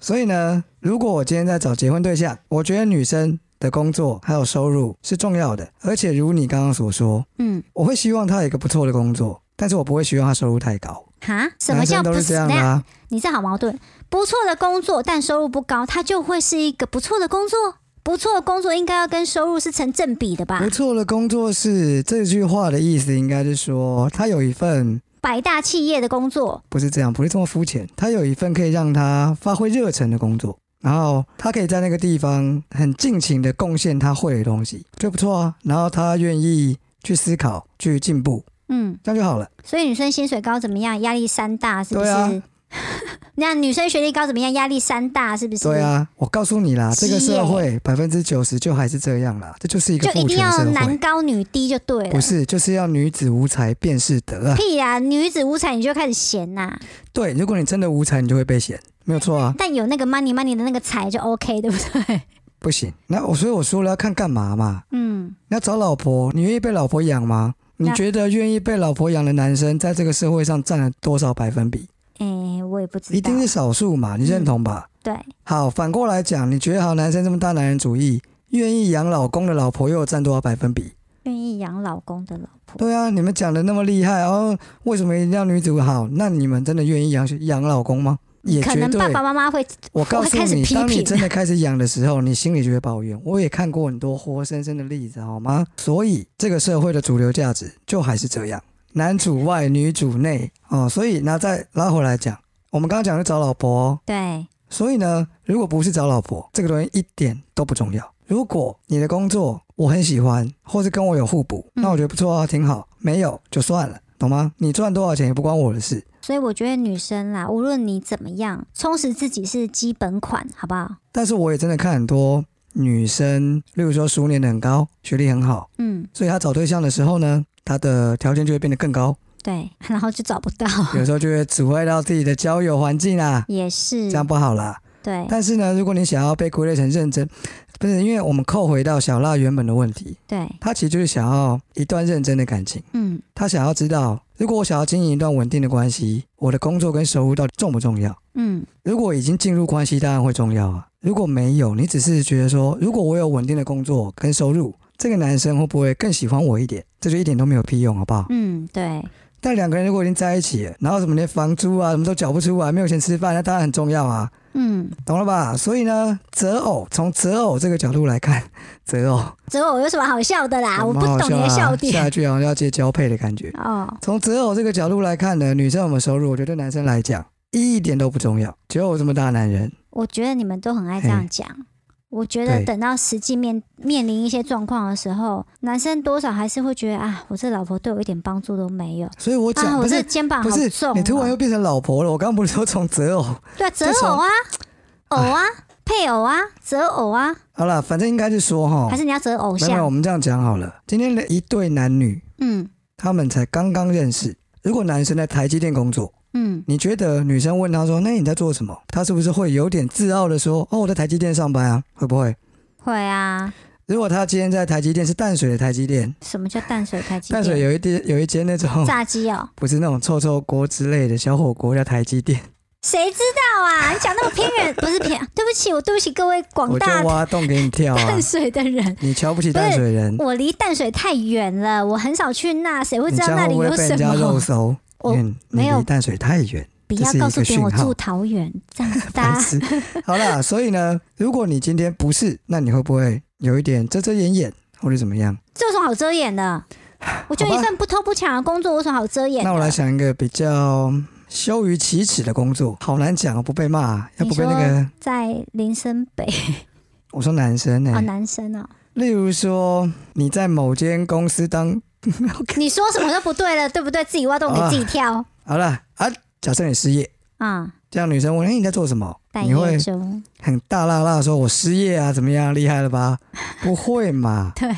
所以呢，如果我今天在找结婚对象，我觉得女生的工作还有收入是重要的，而且如你刚刚所说，嗯，我会希望她有一个不错的工作，但是我不会希望她收入太高。哈，什么男叫生不都是这样的那啊？你这好矛盾。不错的工作，但收入不高，它就会是一个不错的工作。不错的工作应该要跟收入是成正比的吧不？错的工作是这句话的意思，应该是说她有一份百大企业的工作，不是这样，不是这么肤浅，她有一份可以让她发挥热忱的工作。然后她可以在那个地方很尽情的贡献她会的东西，这不错啊。然后她愿意去思考、去进步，嗯，这样就好了。所以女生薪水高怎么样？压力山大是不是？ 对啊那女生学历高怎么样？压力山大是不是？对，啊，我告诉你啦，是这个社会百分之九十就还是这样啦，这就是一个就一父定权要社男会，高女低就对了不。是，就是要女子无才便是德 啊。屁啦，女子无才你就开始嫌呐、对，如果你真的无才，你就会被嫌，没有错啊，但有那个 money money 的那个才就 OK，对不对？不行。那我所以我说了，要看干嘛嘛？嗯，你要找老婆，你愿意被老婆养吗？你那觉得愿意被老婆养的男生，在这个社会上占了多少百分比？ 哎、我也不知道，一定是少数嗯嘛，你认同吧？对，好，反过来讲，你觉得好男生这么大男人主义，愿意养老公的老婆又有占多少百分比？愿意养老公的老婆。对啊，你们讲的那么厉害，哦，为什么一定要女主好？那你们真的愿意养养老公吗？也可绝能对。爸爸妈妈会我告诉会开始你，批当你评真的开始养的时候，你心里就会抱怨。我也看过很多活生生的例子，好吗？所以这个社会的主流价值就还是这样，男主外女主内哦。所以那再拉回来讲，我们刚刚讲的找老婆哦、对所以呢，如果不是找老婆，这个东西一点都不重要。如果你的工作我很喜欢，或是跟我有互补，嗯那我觉得不错啊，挺好。没有就算了，懂吗？你赚多少钱也不关我的事。所以我觉得女生啦，无论你怎么样，充实自己是基本款，好不好？但是我也真的看很多女生，例如说熟年的很高，学历很好，嗯，所以她找对象的时候呢，她的条件就会变得更高，对， 然后就找不到，有时候就会阻碍到自己的交友环境啦，也是这样不好啦。对但是呢，如果你想要被归类成认真，不是因为我们扣回到小辣原本的问题，对，她其实就是想要一段认真的感情，嗯，她想要知道，如果我想要经营一段稳定的关系，我的工作跟收入到底重不重要？嗯，如果已经进入关系，当然会重要啊。如果没有，你只是觉得说，如果我有稳定的工作跟收入，这个男生会不会更喜欢我一点？这就一点都没有屁用，好不好？嗯，对，但两个人如果已经在一起了，然后什么连房租啊什么都缴不出来，没有钱吃饭，那当然很重要啊，嗯，懂了吧？所以呢，择偶从择偶这个角度来看，择偶择偶有什么好笑的啦？我不蛮好懂你笑的啊笑下点一句好像要接交配的感觉。哦，从择偶这个角度来看呢，女生有没有收入，我觉得对男生来讲一点都不重要。只有我这么大男人，我觉得你们都很爱这样讲。我觉得对等到实际面面临一些状况的时候，男生多少还是会觉得啊，我这老婆对我一点帮助都没有所以我讲、啊，我不是这肩膀好不是重、哦。你突然又变成老婆了。我刚刚不是说从择偶？对啊，择这哎种偶啊，偶啊，配偶啊，择偶啊，好了，反正应该是说哈还，是你要择偶哦没有没有，我像？们这样讲好了。今天的一对男女，嗯他们才刚刚认识。如果男生在台积电工作，嗯，你觉得女生问他说：“那你在做什么？”他是不是会有点自傲的说：“哦，我在台积电上班啊？”会不会？会啊。如果他今天在台积电是淡水的台积电，什么叫淡水开机店？淡水有一间有一间 那种炸鸡哦，不是那种臭臭锅之类的小火锅叫台积 电，谁知道啊？你讲那么偏远， 不是偏，对不起，我对不起各位广我就大挖洞给你跳 啊淡！水的人。你瞧不起不是淡水人，我离淡水太远了，我很少去那，谁会你知道将那会里不会有被什人家肉 么？搜？我因为你没有离淡水太远，不要这是一告诉个别人我讯号住桃园，这样 子烦大家死。 好啦，所以呢，如果你今天不是，那你会不会有一点遮遮掩掩，或者怎么样？这有什么好遮 掩的？我就好吧一份不偷不抢的工作，有什么好遮掩的？啊那我来想一个比较羞于启齿的工作，好难讲，不被骂啊，要你不被说那个，在林森 北我说男生呢、啊，男生哦，例如说你在某间公司当，你说什么都不对了，对不对？自己挖洞给自己 跳好了啊，假设你失业，啊！这样女生问，哎、你在做什么？待你会业中，很大辣辣地说，我失业啊，怎么样，厉害了吧？ 不会嘛？对，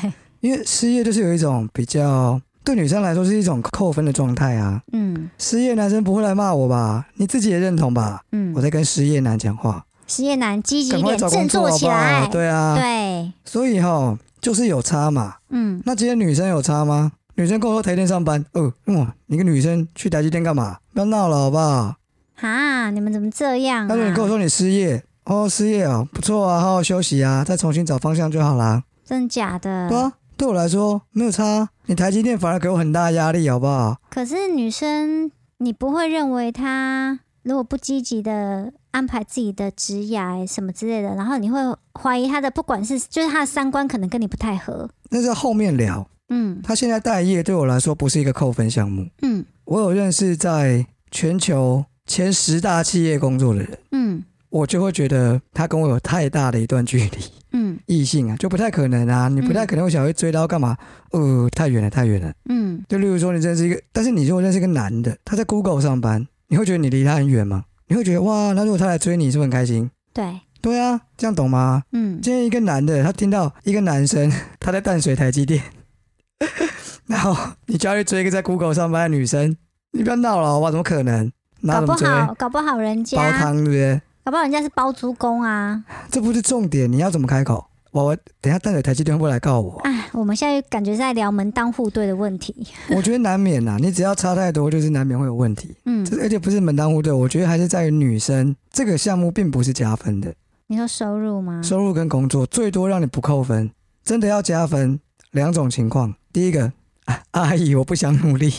因为失业就是有一种比较对女生来说是一种扣分的状态啊。嗯失业男生不会来骂我吧？你自己也认同吧？我嗯，在跟失业男讲话，实业男积极赶一快点，找振工作作好起不好？来。对啊，对，所以哈，就是有差嘛。嗯，那今天女生有差吗？女生跟我说台积电上班，哦，哇，你个女生去台积电干嘛？不要闹了好不好？哈，你们怎么这样那如果你跟我啊？说你失业，哦，失业哦，不错啊，好好休息啊，再重新找方向就好啦。真假对的？啊，对我来说没有差啊，你台积电反而给我很大压力，好不好？可是女生，你不会认为她如果不积极的安排自己的职涯什么之类的，然后你会怀疑她的，不管是就是她的三观可能跟你不太合。那是后面聊。嗯他现在待业对我来说不是一个扣分项目。嗯我有认识在全球前十大企业工作的人，嗯我就会觉得他跟我有太大的一段距离，嗯异性啊就不太可能啊，你不太可能会想会追到干嘛？呃，太远了，太远了。嗯，就例如说你认识一个，但是你如果认识一个男的，他在 Google 上班，你会觉得你离他很远吗？你会觉得哇，那如果他来追你，是不是很开心？对，对啊，这样懂吗？嗯。今天一个男的，他听到一个男生他在淡水台积电， 然后你就要去追一个在 Google 上班的女生，你不要闹了好吧？怎么可能？哪搞怎不么追？好，搞不好人煲家，汤对不对？搞不好人家是包租公啊！这不是重点，你要怎么开口？我我等一下淡水台积电会不会来告我？哎，我们现在感觉在聊门当户对的问题。我觉得难免呐、你只要差太多，就是难免会有问题。嗯，这而且不是门当户对，我觉得还是在于女生这个项目并不是加分的，你说收入吗？收入跟工作最多让你不扣分，真的要加分两种情况，第一个，啊阿姨，我不想努 力。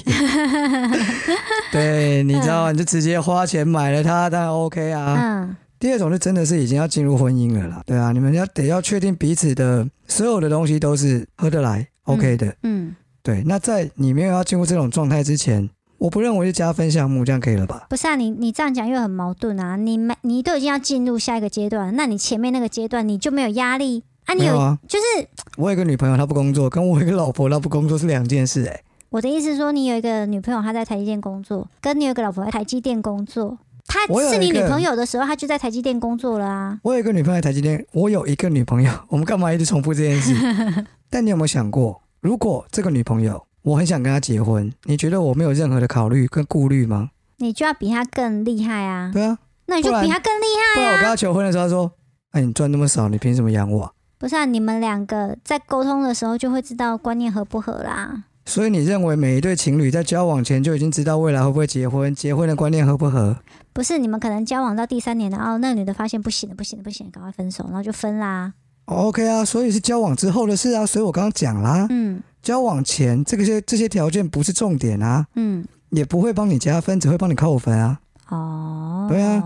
对，你知道吗？你就直接花钱买了它，当然 OK 啊。嗯第二种就真的是已经要进入婚姻了啦，对啊，你们要得要确定彼此的所有的东西都是合得来、OK 的，嗯，对。那在你没有要进入这种状态之前，我不认为是加分项目，这样可以了吧？不是啊，你你这样讲又很矛盾啊！你没你都已经要进入下一个阶段了，那你前面那个阶段你就没有压力啊？你没有有啊，就是我有一个女朋友，她不工作，跟我有一个老婆，她不工作是两件事、欸，哎，我的意思是说，你有一个女朋友她在台积电工作，跟你有一个老婆在台积电工作，她我有是你一个女朋友的时候，她就在台积电工作了啊。我有一个女朋友在台积电，我有一个女朋友，我们干嘛一直重复这件事？ 但你有没有想过，如果这个女朋友我很想跟她结婚，你觉得我没有任何的考虑跟顾虑吗？你就要比她更厉害啊！对啊，那你就不然比她更厉不害。然我跟她求婚的时候，她说：“哎，你赚那么少，你凭什么养我啊、不是啊，你们两个在沟通的时候就会知道观念合不合啦。所以你认为每一对情侣在交往前就已经知道未来会不会结婚，结婚的观念合不合？不是你们可能交往到第三年了，然后那个女的发现不行了，不行了，不行了，赶快分手，然后就分啦。哦 OK 啊，所以是交往之后的事啊，所以我刚刚讲啦，嗯交往前这个些这些条件不是重点啊，嗯，也不会帮你加分，只会帮你扣分啊。哦，对啊，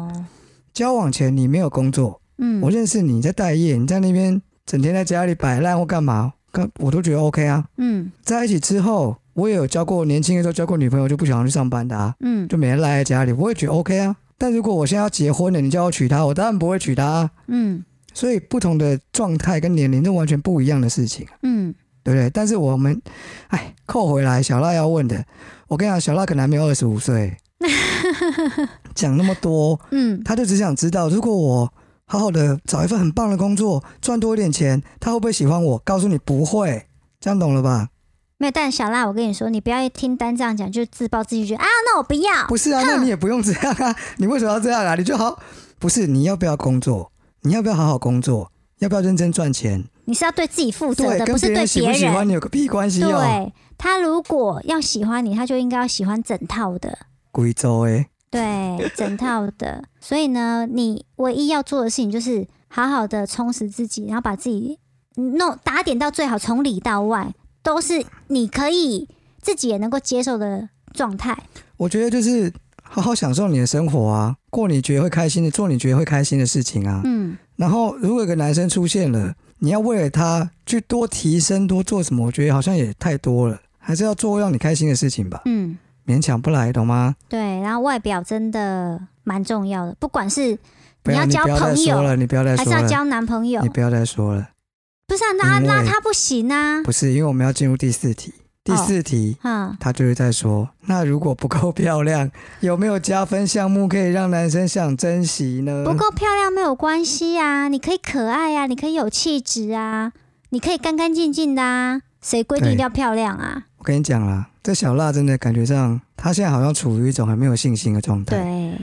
交往前你没有工作，嗯我，认识你你在待业，你在那边整天在家里摆烂或干嘛，干我都觉得 OK 啊。嗯在一起之后，我也有交过年轻的时候交过女朋友，就不想要去上班的啊，嗯就每天赖在家里，我也觉得 OK 啊。但如果我现在要结婚了，你叫我娶她，我当然不会娶她、啊。嗯所以不同的状态跟年龄是完全不一样的事情，嗯，对不对？但是我们，哎，扣回来，小辣要问的，我跟你讲，小辣可能还没有二十五 岁，讲那么多，嗯，他就只想知道，如果我好好的找一份很棒的工作，赚多一点钱，他会不会喜欢我？告诉你不会，这样懂了吧？没有。但小辣，我跟你说，你不要一听丹这样讲就自暴自弃，觉得啊，那我不要。不是啊，那你也不用这样啊，你为什么要这样啊？你就好，不是你要不要工作？你要不要好好工作？要不要认真赚钱？你是要对自己负责对，的，跟不是别对人喜别不喜欢人。你有个屁关系哦。对他如果要喜欢你，他就应该要喜欢整套的。贵州欸诶， 对，整套的。所以呢，你唯一要做的事情就是好好的充实自己，然后把自己弄打点到最好，从里到外都是你可以自己也能够接受的状态。我觉得就是好好享受你的生活啊，过你觉得会开心的，做你觉得会开心的事情啊。嗯然后，如果有个男生出现了，你要为了他去多提升、多做什么，我觉得好像也太多了，还是要做让你开心的事情吧，嗯，勉强不来，懂吗？对。然后外表真的蛮重要的，不管是不要，你你要不交要再朋说友，了，你不要再还是说要了，交男朋友你，不要再说了，不是啊？那因为那他不行啊。不是，因为我们要进入第四题，哦第四题。嗯，他就是在说，那如果不够漂亮，有没有加分项目可以让男生想珍惜呢？不够漂亮没有关系啊，你可以可爱啊，你可以有气质啊，你可以干干净净的啊，谁规定对一定要漂亮啊？我跟你讲啦，这小辣真的感觉上，她现在好像处于一种很没有信心的状态。对，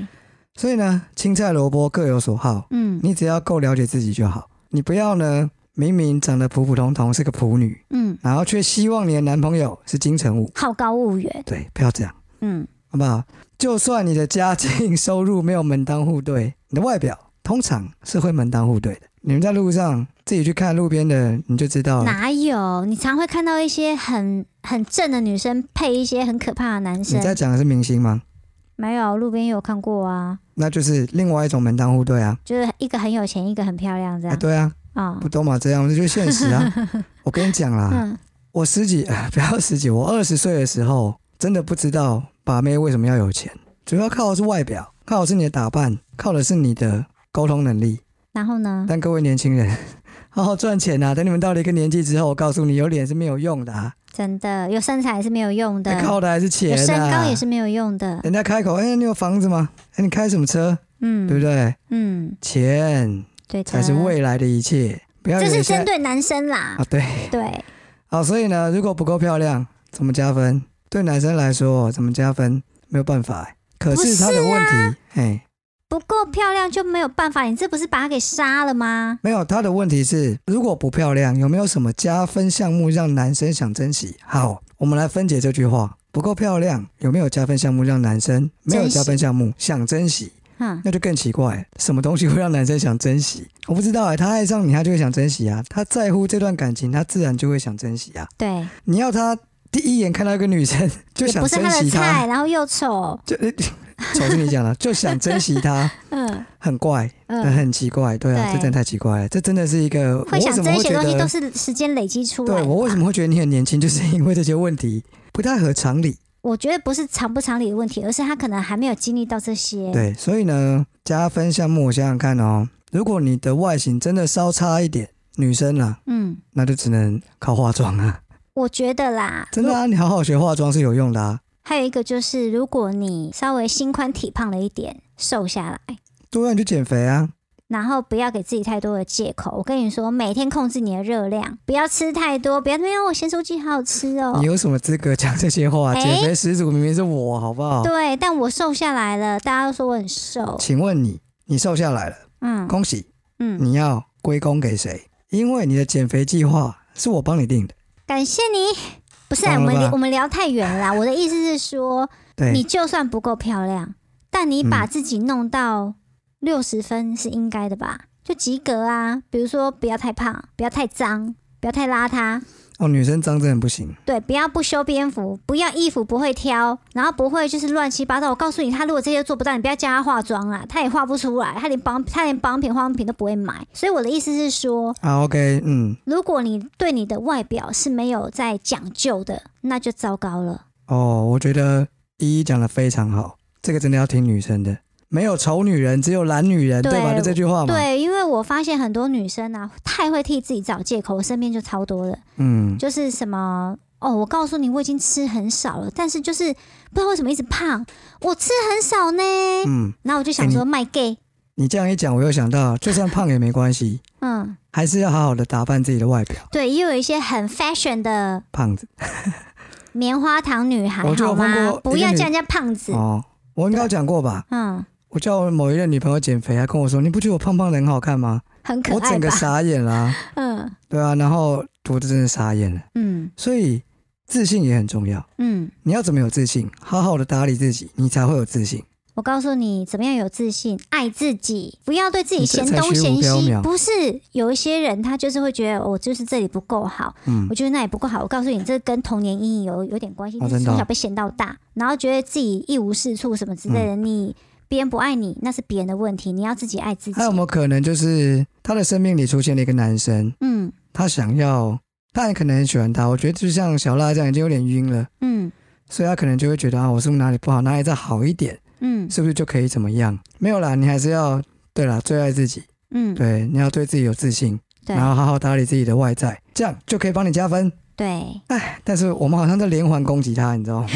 所以呢，青菜萝卜各有所好，嗯你只要够了解自己就好。你不要呢，明明长得普普通通是个普女，嗯，然后却希望你的男朋友是金城武。好高骛远，对，不要这样，嗯好不好？就算你的家境收入没有门当户对，你的外表通常是会门当户对的。你们在路上自己去看路边的，你就知道了。哪有？你常会看到一些很很正的女生配一些很可怕的男你在生，讲的是明星吗？没有，路边也有看过啊，那就是另外一种门当户对啊！就是一个很有钱，一个很漂亮这啊，样对啊，啊不，都嘛这样，这就是现实 啊！我跟你讲啦，嗯我十几，呃不要十几，我二十岁的时候，真的不知道把妹为什么要有钱，主要靠的是外表，靠的是你的打扮，靠的是你的沟通能力。然后呢？但各位年轻人， 好好赚钱啊！等你们到了一个年纪之后，我告诉你，有脸是没有用的、啊，真的有身材是没有用的，靠的还是有钱、啊。身高也是。没有用的，人家开口，哎、你有房子吗？哎、你开什么车？对不嗯对？嗯，钱对的，才是未来的一切。不要以这为是现在针对男生啦啊，，对。对，好，所以呢，如果不够漂亮，怎么加分？对男生来说，怎么加分没有办法欸、可不啊是他的问题，哎、不够漂亮就没有办法，你这不是把他给杀了吗？没有他的问题是，如果不漂亮，有没有什么加分项目让男生想珍惜？好，我们来分解这句话：不够漂亮，有没有加分项目让男生没有加分项目想珍惜？嗯，那就更奇怪，什么东西会让男生想珍惜？我不知道哎、他爱上你，他就会想珍惜啊，他在乎这段感情，他自然就会想珍惜啊。对，你要他第一眼看到一个女生就也想不是珍他的惜她，菜，啊然后又丑，就 丑是你讲的，就想珍惜她，嗯很怪，但 嗯，很奇怪，对啊，对这真的太奇怪了，这真的是一个我会为想什么这会些觉东西都得，是时间累积出来的对吧。我为什么会觉得你很年轻，就是因为这些问题不太合常理。我觉得不是常不常理的问题，而是他可能还没有经历到这些。对，所以呢，加分项目我想想看哦，如果你的外形真的稍差一点，女生啊，嗯，那就只能靠化妆 啊！我觉得啦，真的啊，你好好学化妆是有用的啊。还有一个就是，如果你稍微心宽体胖了一点，瘦下来，对啊，你就减肥啊。然后不要给自己太多的借口。我跟你说，每天控制你的热量，不要吃太多，不要没有我咸酥鸡好好吃哦你。有什么资格讲这些话？哎减肥始祖明明是我，好不好？对，但我瘦下来了，大家都说我很瘦。请问你，你瘦下来了，嗯恭喜！嗯，你要归功给谁？因为你的减肥计划是我帮你定的。感谢你。不是啊，懂我了们吧我们聊太远了啦。我的意思是说，你 对，嗯就算不够漂亮，但你把自己弄到六十分是应该的吧？就及格啊。比如说，不要太胖，不要太脏，不要太邋遢，哦，女生脏真的不行。对，不要不修边幅，不要衣服不会挑，然后不会就是乱七八糟。我告诉你，他如果这些做不到，你不要叫他化妆啊，他也化不出来，他连保养他连保养品、化妆品都不会买。所以我的意思是说，啊，OK，嗯，如果你对你的外表是没有在讲究的，那就糟糕了。哦，我觉得依依讲的非常好，这个真的要听女生的。没有丑女人，只有懒女人，对对吧？就这句话嘛。对，因为我发现很多女生啊，太会替自己找借口，我身边就超多的，嗯，就是什么哦，我告诉你，我已经吃很少了，但是就是不知道为什么一直胖，我吃很少呢。嗯，然后我就想说卖 gay，你这样一讲，我又想到，就算胖也没关系，嗯，还是要好好的打扮自己的外表。对，也有一些很 fashion 的胖子棉花糖女孩，我就有好碰吗过？不一个要女叫人家胖子，哦，我应该有讲过吧？嗯，我叫我某一任女朋友减肥，还跟我说：“你不觉得我胖胖的很好看吗很？”可我爱整个吧？傻眼啦、嗯对啊，然后我就真的傻眼了。嗯所以自信也很重要，嗯，你要怎么有自信？好好的打理自己，你才会有自信。我告诉你，怎么样有自信，爱自己，不要对自己你这嫌才东虚无嫌缥西。缈不是有一些人，他就是会觉得我就是这里不够好，嗯我，觉得那里不够好。我告诉你，这跟童年阴影有有点关系，哦就是真的哦从小被嫌到大，然后觉得自己一无是处什么之类的。你别人不爱你，那是别人的问题，你要自己爱自己还。有没有可能就是他的生命里出现了一个男生，嗯他想要，他也可能很喜欢他。我觉得就像小辣这样，已经有点晕了，嗯所以他可能就会觉得啊，我是不是哪里不好，哪里再好一点。嗯是不是就可以怎么样？没有啦，你还是要对啦，最爱自己，嗯，对，你要对自己有自信，对然后好好打理自己的外在，这样就可以帮你加分。对，但是我们好像在连环攻击他，你知 道吗？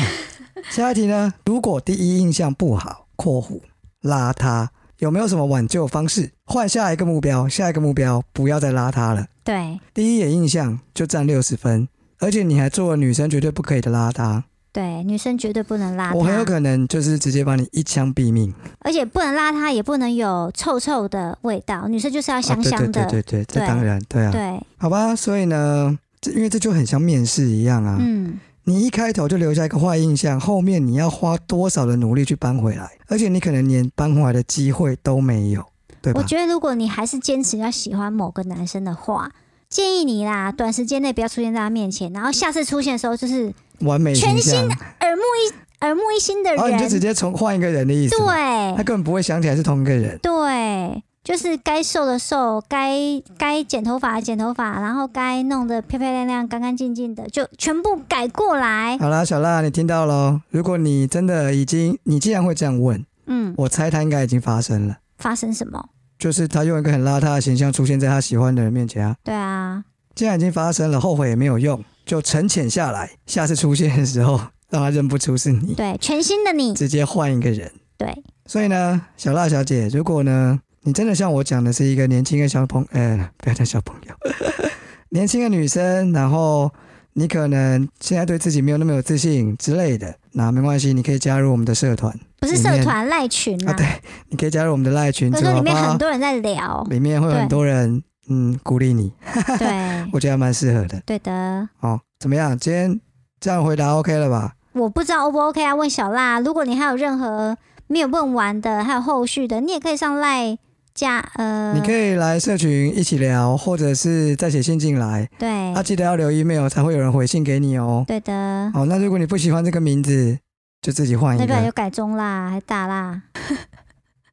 下一题呢？如果第一印象不好（括弧邋遢），有没有什么挽救方式？换下一个目标，下一个目标不要再邋遢了。对第一眼印象就占六十分，而且你还做了女生绝对不可以的邋遢，对，女生绝对不能邋我很有遢，可能就是直接把你一枪毙命。而且不能邋遢，也不能有臭臭的味道。女生就是要香香啊、的，对对对对对，这对当然对啊。对，好吧，所以呢，这因为这就很像面试一样啊，嗯，你一开头就留下一个坏印象，后面你要花多少的努力去扳回来，而且你可能连扳回来的机会都没有，对我吧？觉得如果你还是坚持要喜欢某个男生的话，建议你啦，短时间内不要出现在他面前，然后下次出现的时候就是完美形象，耳目一耳目一新的然后你人，就直接重换一个人的意思嘛，他对根本不会想起来是同一个人。对，就是该瘦的瘦，该该剪头发的剪头发，然后该弄得漂漂亮亮、干干净净的，就全部改过来。好啦，小辣，你听到喽？如果你真的已经，你既然会这样问，嗯，我猜它应该已经发生了，发生什么？就是他用一个很邋遢的形象出现在他喜欢的人面前啊。对啊，既然已经发生了，后悔也没有用，就沉潜下来，下次出现的时候让他认不出是你，对，全新的你，直接换一个人。对，所以呢，小辣小姐，如果呢，你真的像我讲的是一个年轻的小朋，呃，不要叫小朋友， 年轻的女生，然后你可能现在对自己没有那么有自信之类的，那没关系，你可以加入我们的社团，不是里社面团赖群啊啊，对你可以加入我们的赖群可组，是说好不里面很好？多人在 聊，里面会有很多人，嗯，鼓励你，对，我觉得还蛮适合的。对的。哦，怎么样？今天这样回答 OK 了吧？我不知道 O 不 OK 啊？问小辣。如果你还有任何没有问完的，还有后续的，你也可以上赖加呃，你可以来社群一起聊，或者是再写信进来。对、啊，记得要留 email 才会有人回信给你哦。对的，好，那如果你不喜欢这个名字，就自己换那一个。不然就改中啦，还大啦。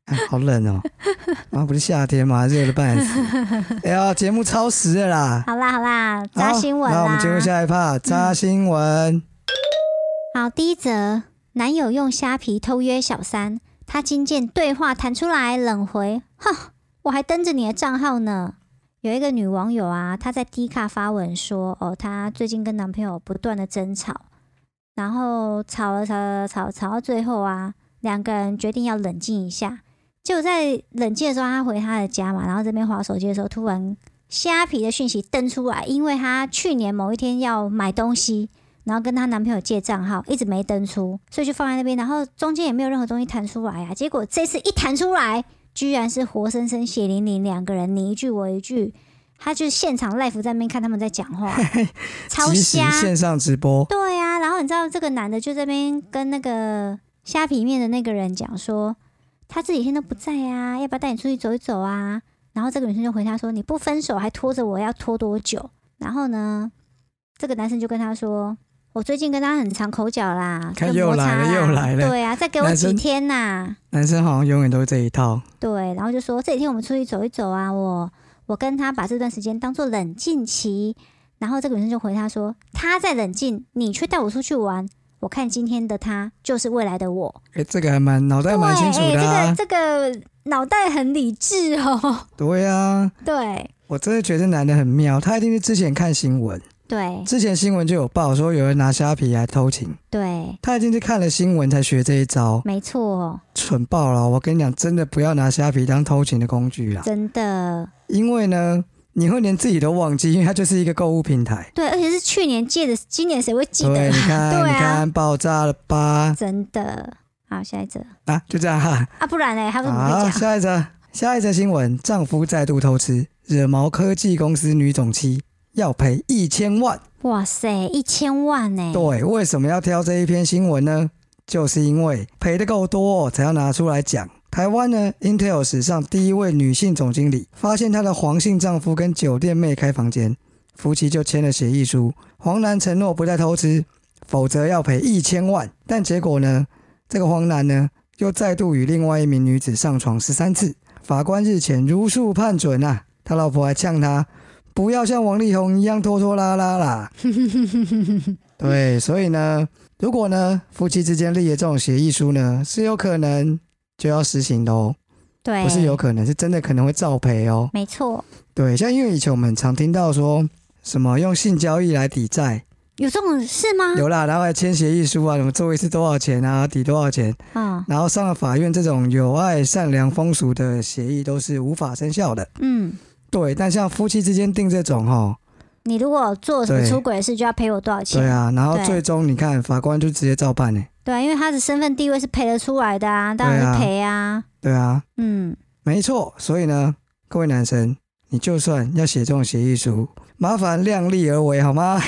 啊好冷 哦，啊，不是夏天嘛，热的半死。 哎呀，节目超时了啦。好啦好啦，扎好新闻那我啦嗯们。进入下一趴，扎新闻。好，第一则，男友用虾皮偷约小三，他惊见对话弹出来，冷回：“哼，我还登着你的账号呢。”有一个女网友啊，她在 D 卡发文说：“哦，她最近跟男朋友不断的争吵，然后吵了吵了吵了吵到最后啊，两个人决定要冷静一下。结果在冷静的时候，她回她的家嘛，然后这边划手机的时候，突然虾皮的讯息登出来，因为她去年某一天要买东西，然后跟她男朋友借账号，一直没登出，所以就放在那边，然后中间也没有任何东西弹出来啊。结果这次一弹出来，居然是活生生血淋淋两个人你一句我一句，他就现场 live 在那边看他们在讲话，超即时瞎。线上直播，对呀、然后你知道这个男的就这边跟那个虾皮面的那个人讲说，他这几天都不在啊，要不要带你出去走一走啊？然后这个女生就回他说，你不分手还拖着我要拖多久？然后呢，这个男生就跟他说，我最近跟他很常口角啦，看就又摩擦来了啦又来了对啊，再给我男几生天呐、男生好像永远都是这一套。对，然后就说这几天我们出去走一走啊，我我跟他把这段时间当做冷静期。然后这个女生就回他说，他在冷静，你却带我出去玩。我看今天的他就是未来的我，哎、这个还蛮脑袋蛮清楚对的、哎啊。这个这个脑袋很理智哦。对啊，对我真的觉得男的很妙，他一定是之前看新闻，对之前新闻就有报说有人拿虾皮来偷情，对，他一定是看了新闻才学这一招，没错，蠢爆了！我跟你讲，真的不要拿虾皮当偷情的工具啦，真的因为呢，你会连自己都忘记，因为它就是一个购物平台。对，而且是去年借的，今年谁会记对，得你？看， 对啊你看，爆炸了吧？真的。好，下一则啊，就这样哈、啊，不然呢？他们怎么啊，会讲？下一则，下一则新闻：丈夫再度偷吃，惹毛科技公司女总妻，要赔一千万。哇塞，一千万呢！对，为什么要挑这一篇新闻呢？就是因为赔的够多、才要拿出来讲。台湾呢，Intel 史上第一位女性总经理，发现她的黄姓丈夫跟酒店妹开房间，夫妻就签了协议书，黄男承诺不再偷吃，否则要赔一千万。但结果呢，这个黄男呢又再度与另外一名女子上床十三次，法官日前如数判准啊，他老婆还呛他不要像王力宏一样拖拖拉拉啦。对，所以呢，如果呢夫妻之间立的这种协议书呢，是有可能就要实行的哦，对，不是有可能，是真的可能会照赔哦。没错，对，像因为以前我们常听到说什么用性交易来抵债，有这种事吗？有啦，然后还签协议书啊，什么做一次多少钱啊，抵多少钱，啊，然后上了法院，这种有爱、善良、风俗的协议都是无法生效的。嗯，对，但像夫妻之间定这种哈，你如果做什么对出轨的事，就要赔我多少钱？对啊，然后对最终你看法官就直接照办呢、欸对啊，因为他的身份地位是赔得出来的啊，当然是赔啊。对啊，嗯，没错，所以呢，各位男生，你就算要写这种协议书，麻烦量力而为好 吗？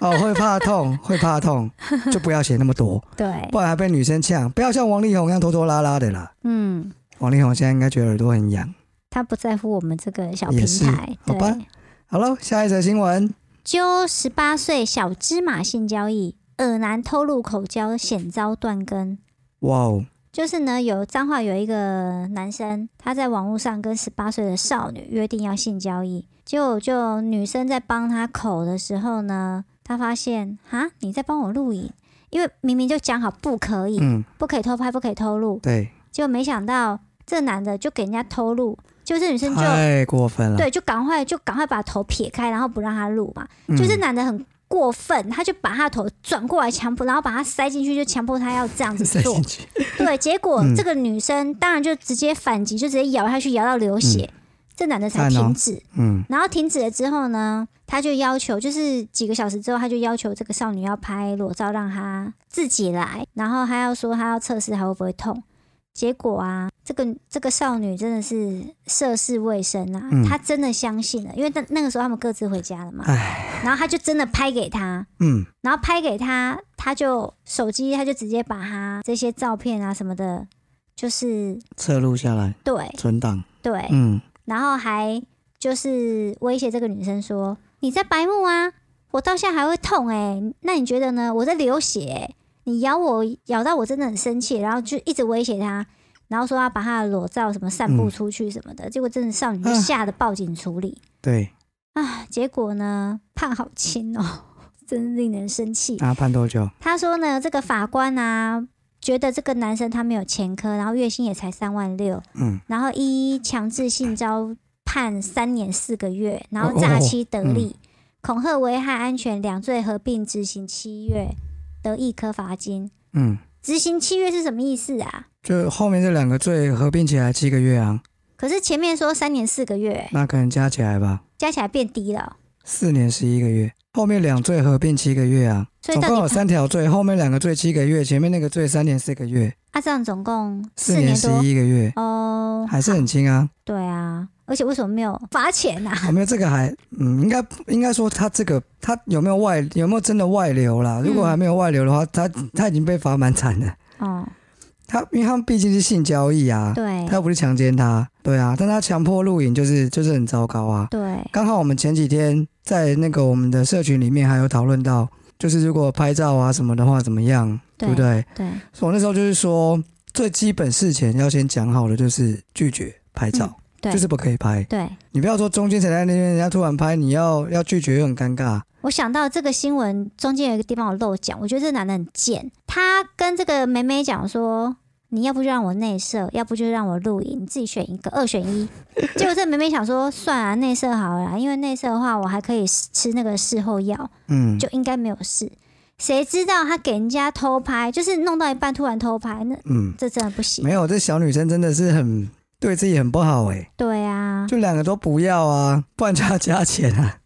哦，会怕痛，会怕痛，就不要写那么多， 对，不然还被女生呛。不要像王力宏一样拖拖拉拉的啦。嗯，王力宏现在应该觉得耳朵很痒。他不在乎我们这个小平也是台。好吧对，好了，下一则新闻，揪十八岁小芝麻性交易，耳男偷录口交，险遭断根。哇哦，就是呢，有彰化有一个男生，他在网络上跟十八岁的少女约定要性交易，结果就女生在帮他口的时候呢，他发现哈你在帮我录影，因为明明就讲好不可以，嗯，不可以偷拍，不可以偷录，对，结果没想到这男的就给人家偷录，就这女生就太过分了，对，就赶快就赶快把头撇开，然后不让他录嘛，嗯，就这男的很。过分，他就把他的头转过来，强迫，然后把他塞进去，就强迫他要这样 子塞做进。去，对，结果嗯这个女生当然就直接反击，就直接咬下去，咬到流血，这男的才嗯赞哦停止。嗯，然后停止了之后呢，他就要求，就是几个小时之后，他就要求这个少女要拍裸照，让她自己来，然后还要说她要测试还会不会痛。结果啊，这个这个少女真的是涉世未深啊，嗯她真的相信了，因为那那个时候他们各自回家了嘛，唉，然后她就真的拍给他，嗯，然后拍给他，他就手机他就直接把他这些照片啊什么的，就是侧录下来，对存档，对，嗯，然后还就是威胁这个女生说：“你在白目啊，我到现在还会痛哎、那你觉得呢？我在流血欸、你咬我咬到我真的很生气。”然后就一直威胁她，然后说要把她的裸照什么散布嗯出去什么的。结果真的少女就啊吓得报警处理对，啊。结果呢，判好轻哦， 真令人生气。那判多久？他说呢，这个法官啊，觉得这个男生他没有前科，然后月薪也才三万六，嗯，然后一强制性招判三年四个月，然后诈欺哦得利，嗯恐吓危害安全两罪合并执行七月，得一颗罚金。嗯，执行七月是什么意思啊？就后面这两个罪合并起来七个月啊，可是前面说三年四个月，那可能加起来吧，加起来变低了，四年十一个月。后面两罪合并七个月啊，所以总到共有底三条罪，后面两个罪七个月，前面那个罪三年四个月，啊，这样总共四四年十多一个月，哦。还是很轻啊。对啊，而且为什么没有罚钱啊？有没有这个还嗯，应该应该说他这个他有没有外有没有真的外流嗯啦？如果还没有外流的话，他他已经被罚蛮惨的。哦，他因为他们毕竟是性交易啊，对他又不是强奸他，对啊，但他强迫录影就是就是很糟糕啊。对，刚好我们前几天在那个我们的社群里面还有讨论到，就是如果拍照啊什么的话怎么样，对对不对？对，所以我那时候就是说，最基本事前要先讲好的就是拒绝拍照，嗯对就是不可以拍。对，你不要说中间才在那边，人家突然拍，你要要拒绝又很尴尬。我想到这个新闻中间有一个地方我漏讲，我觉得这男的很贱。他跟这个梅梅讲说：“你要不就让我内射，要不就让我录影，你自己选一个，二选一。”结果这梅梅想说：“算啊，内射好了啦，因为内射的话我还可以吃那个事后药，嗯，就应该没有事。”谁知道他给人家偷拍，就是弄到一半突然偷拍，那嗯，这真的不行没。有，这小女生真的是很对自己很不好哎、对啊，就两个都不要啊，不然就要加钱 啊。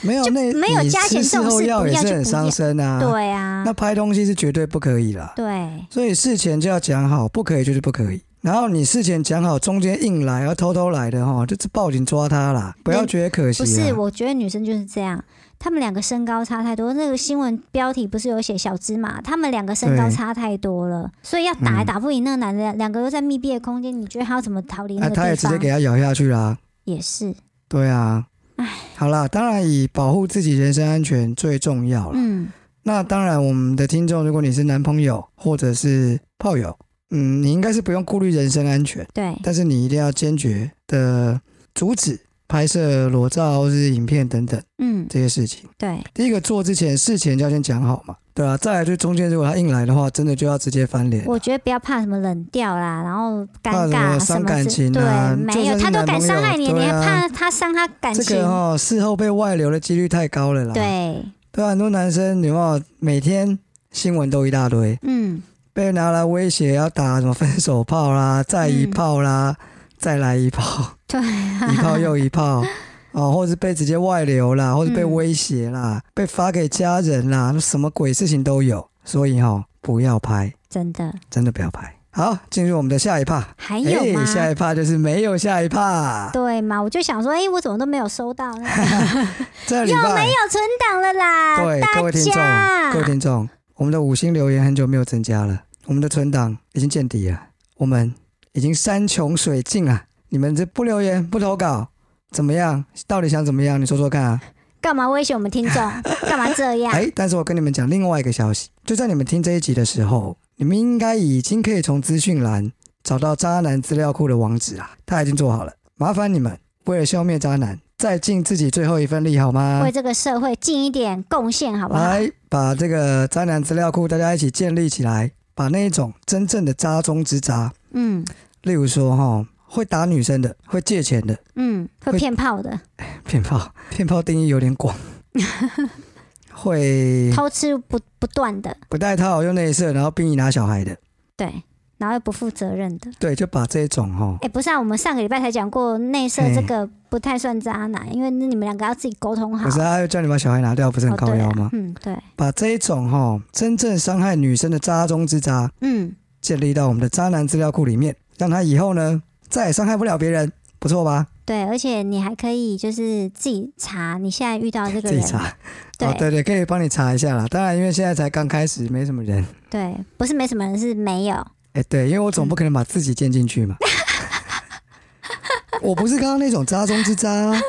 没有就那没有你加钱吃这种事后事药不也要是就很不伤要身啊。，对啊那，拍东西是绝对不可以啦。对所以事前就要讲好，不可以就是不可以。然后你事前讲好，中间硬来，要偷偷来的哈，就是报警抓他啦，不要觉得可惜不啦。是，我觉得女生就是这样，她们两个身高差太多。那个新闻标题不是有写小芝麻，她们两个身高对差太多了，所以要嗯打也打不赢那个男的，两个又在密闭的空间，你觉得他要怎么逃离那啊，个他也地直接方？给他咬下去啦。也是，对啊唉，好啦，当然以保护自己人身安全最重要了。嗯，那当然，我们的听众，如果你是男朋友或者是炮友，嗯，你应该是不用顾虑人身安全，对但是你一定要坚决的阻止拍摄裸照或是影片等等嗯，这些事情。对第一个做之前，事前就要先讲好嘛，对啊，再来就中间如果他硬来的话，真的就要直接翻脸。我觉得不要怕什么冷掉啦，然后怕尴什尬么啊伤什么感之，情啊对，没就有，算是他都男敢朋伤友害你，你对还啊怕他伤他感这情？个哦，事后被外流的几率太高了啦。对，对啊，很多男生你看每天新闻都一大堆，嗯，被拿来威胁要打什么分手炮啦、再一炮啦、再来一炮， 对啊一炮又一炮。哦，或是被直接外流啦，或是被威胁啦，嗯被发给家人啦，那什么鬼事情都有。所以哈、不要拍，真的真的不要拍。好，进入我们的下一趴。还哎、有吗？下一趴就是没有下一趴。对嘛？我就想说，哎、我怎么都没有收到？那这礼拜没有存档了啦，对大各位听众，家各位听众，我们的五星留言很久没有增加了，我们的存档已经见底了，我们已经山穷水尽了。你们这不留言不投稿，怎么样？到底想怎么样？你说说看啊！干嘛威胁我 们听众？干嘛这样？哎、但是我跟你们讲另外一个消息，就在你们听这一集的时候，你们应该已经可以从资讯栏找到渣男资料库的网址啊，他已经做好了。麻烦你们为了消灭渣男，再尽自己最后一份力好吗？为这个社会尽一点贡献，好不好？来把这个渣男资料库大家一起建立起来，把那一种真正的渣中之渣，嗯例如说哈，会打女生的，会借钱的，嗯，会会骗炮的，骗炮，骗炮定义有点 广，会偷吃不不断的，不戴套用内射，然后逼你拿小孩的，对，然后又不负责任的。对，就把这种哈哎、，不是啊，我们上个礼拜才讲过内射哎这个不太算渣男，因为那你们两个要自己沟通好。可是他又叫你把小孩拿掉，不是很哦靠对啊腰吗？嗯，对，把这一种哈真正伤害女生的渣中之渣嗯，建立到我们的渣男资料库里面，让他以后呢再也伤害不了别人，不错吧？对，而且你还可以就是自己查你现在遇到这个自己人，查。对、哦，对对，可以帮你查一下啦。当然，因为现在才刚开始，没什么人。对，不是没什么人是没有，哎，对，因为我总不可能把自己建进去 嘛。我不是刚刚那种渣中之渣、啊，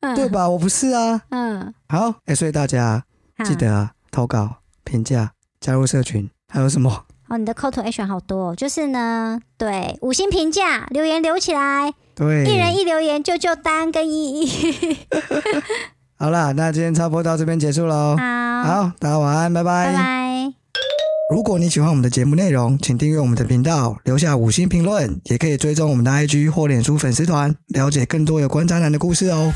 嗯对吧？我不是啊。嗯，好，哎，所以大家好记得啊，投稿、评价、加入社群，还有什么？哦，你的 call to action 好多、哦，就是呢，对，五星评价留言留起来，对，一人一留言救救丹跟依依，好啦，那今天差不多到这边结束喽。哦好，好，大家晚安，拜嗯拜拜。如果你喜欢我们的节目内容，请订阅我们的频道，留下五星评论，也可以追踪我们的 IG 或脸书粉丝团，了解更多有关渣男的故事哦。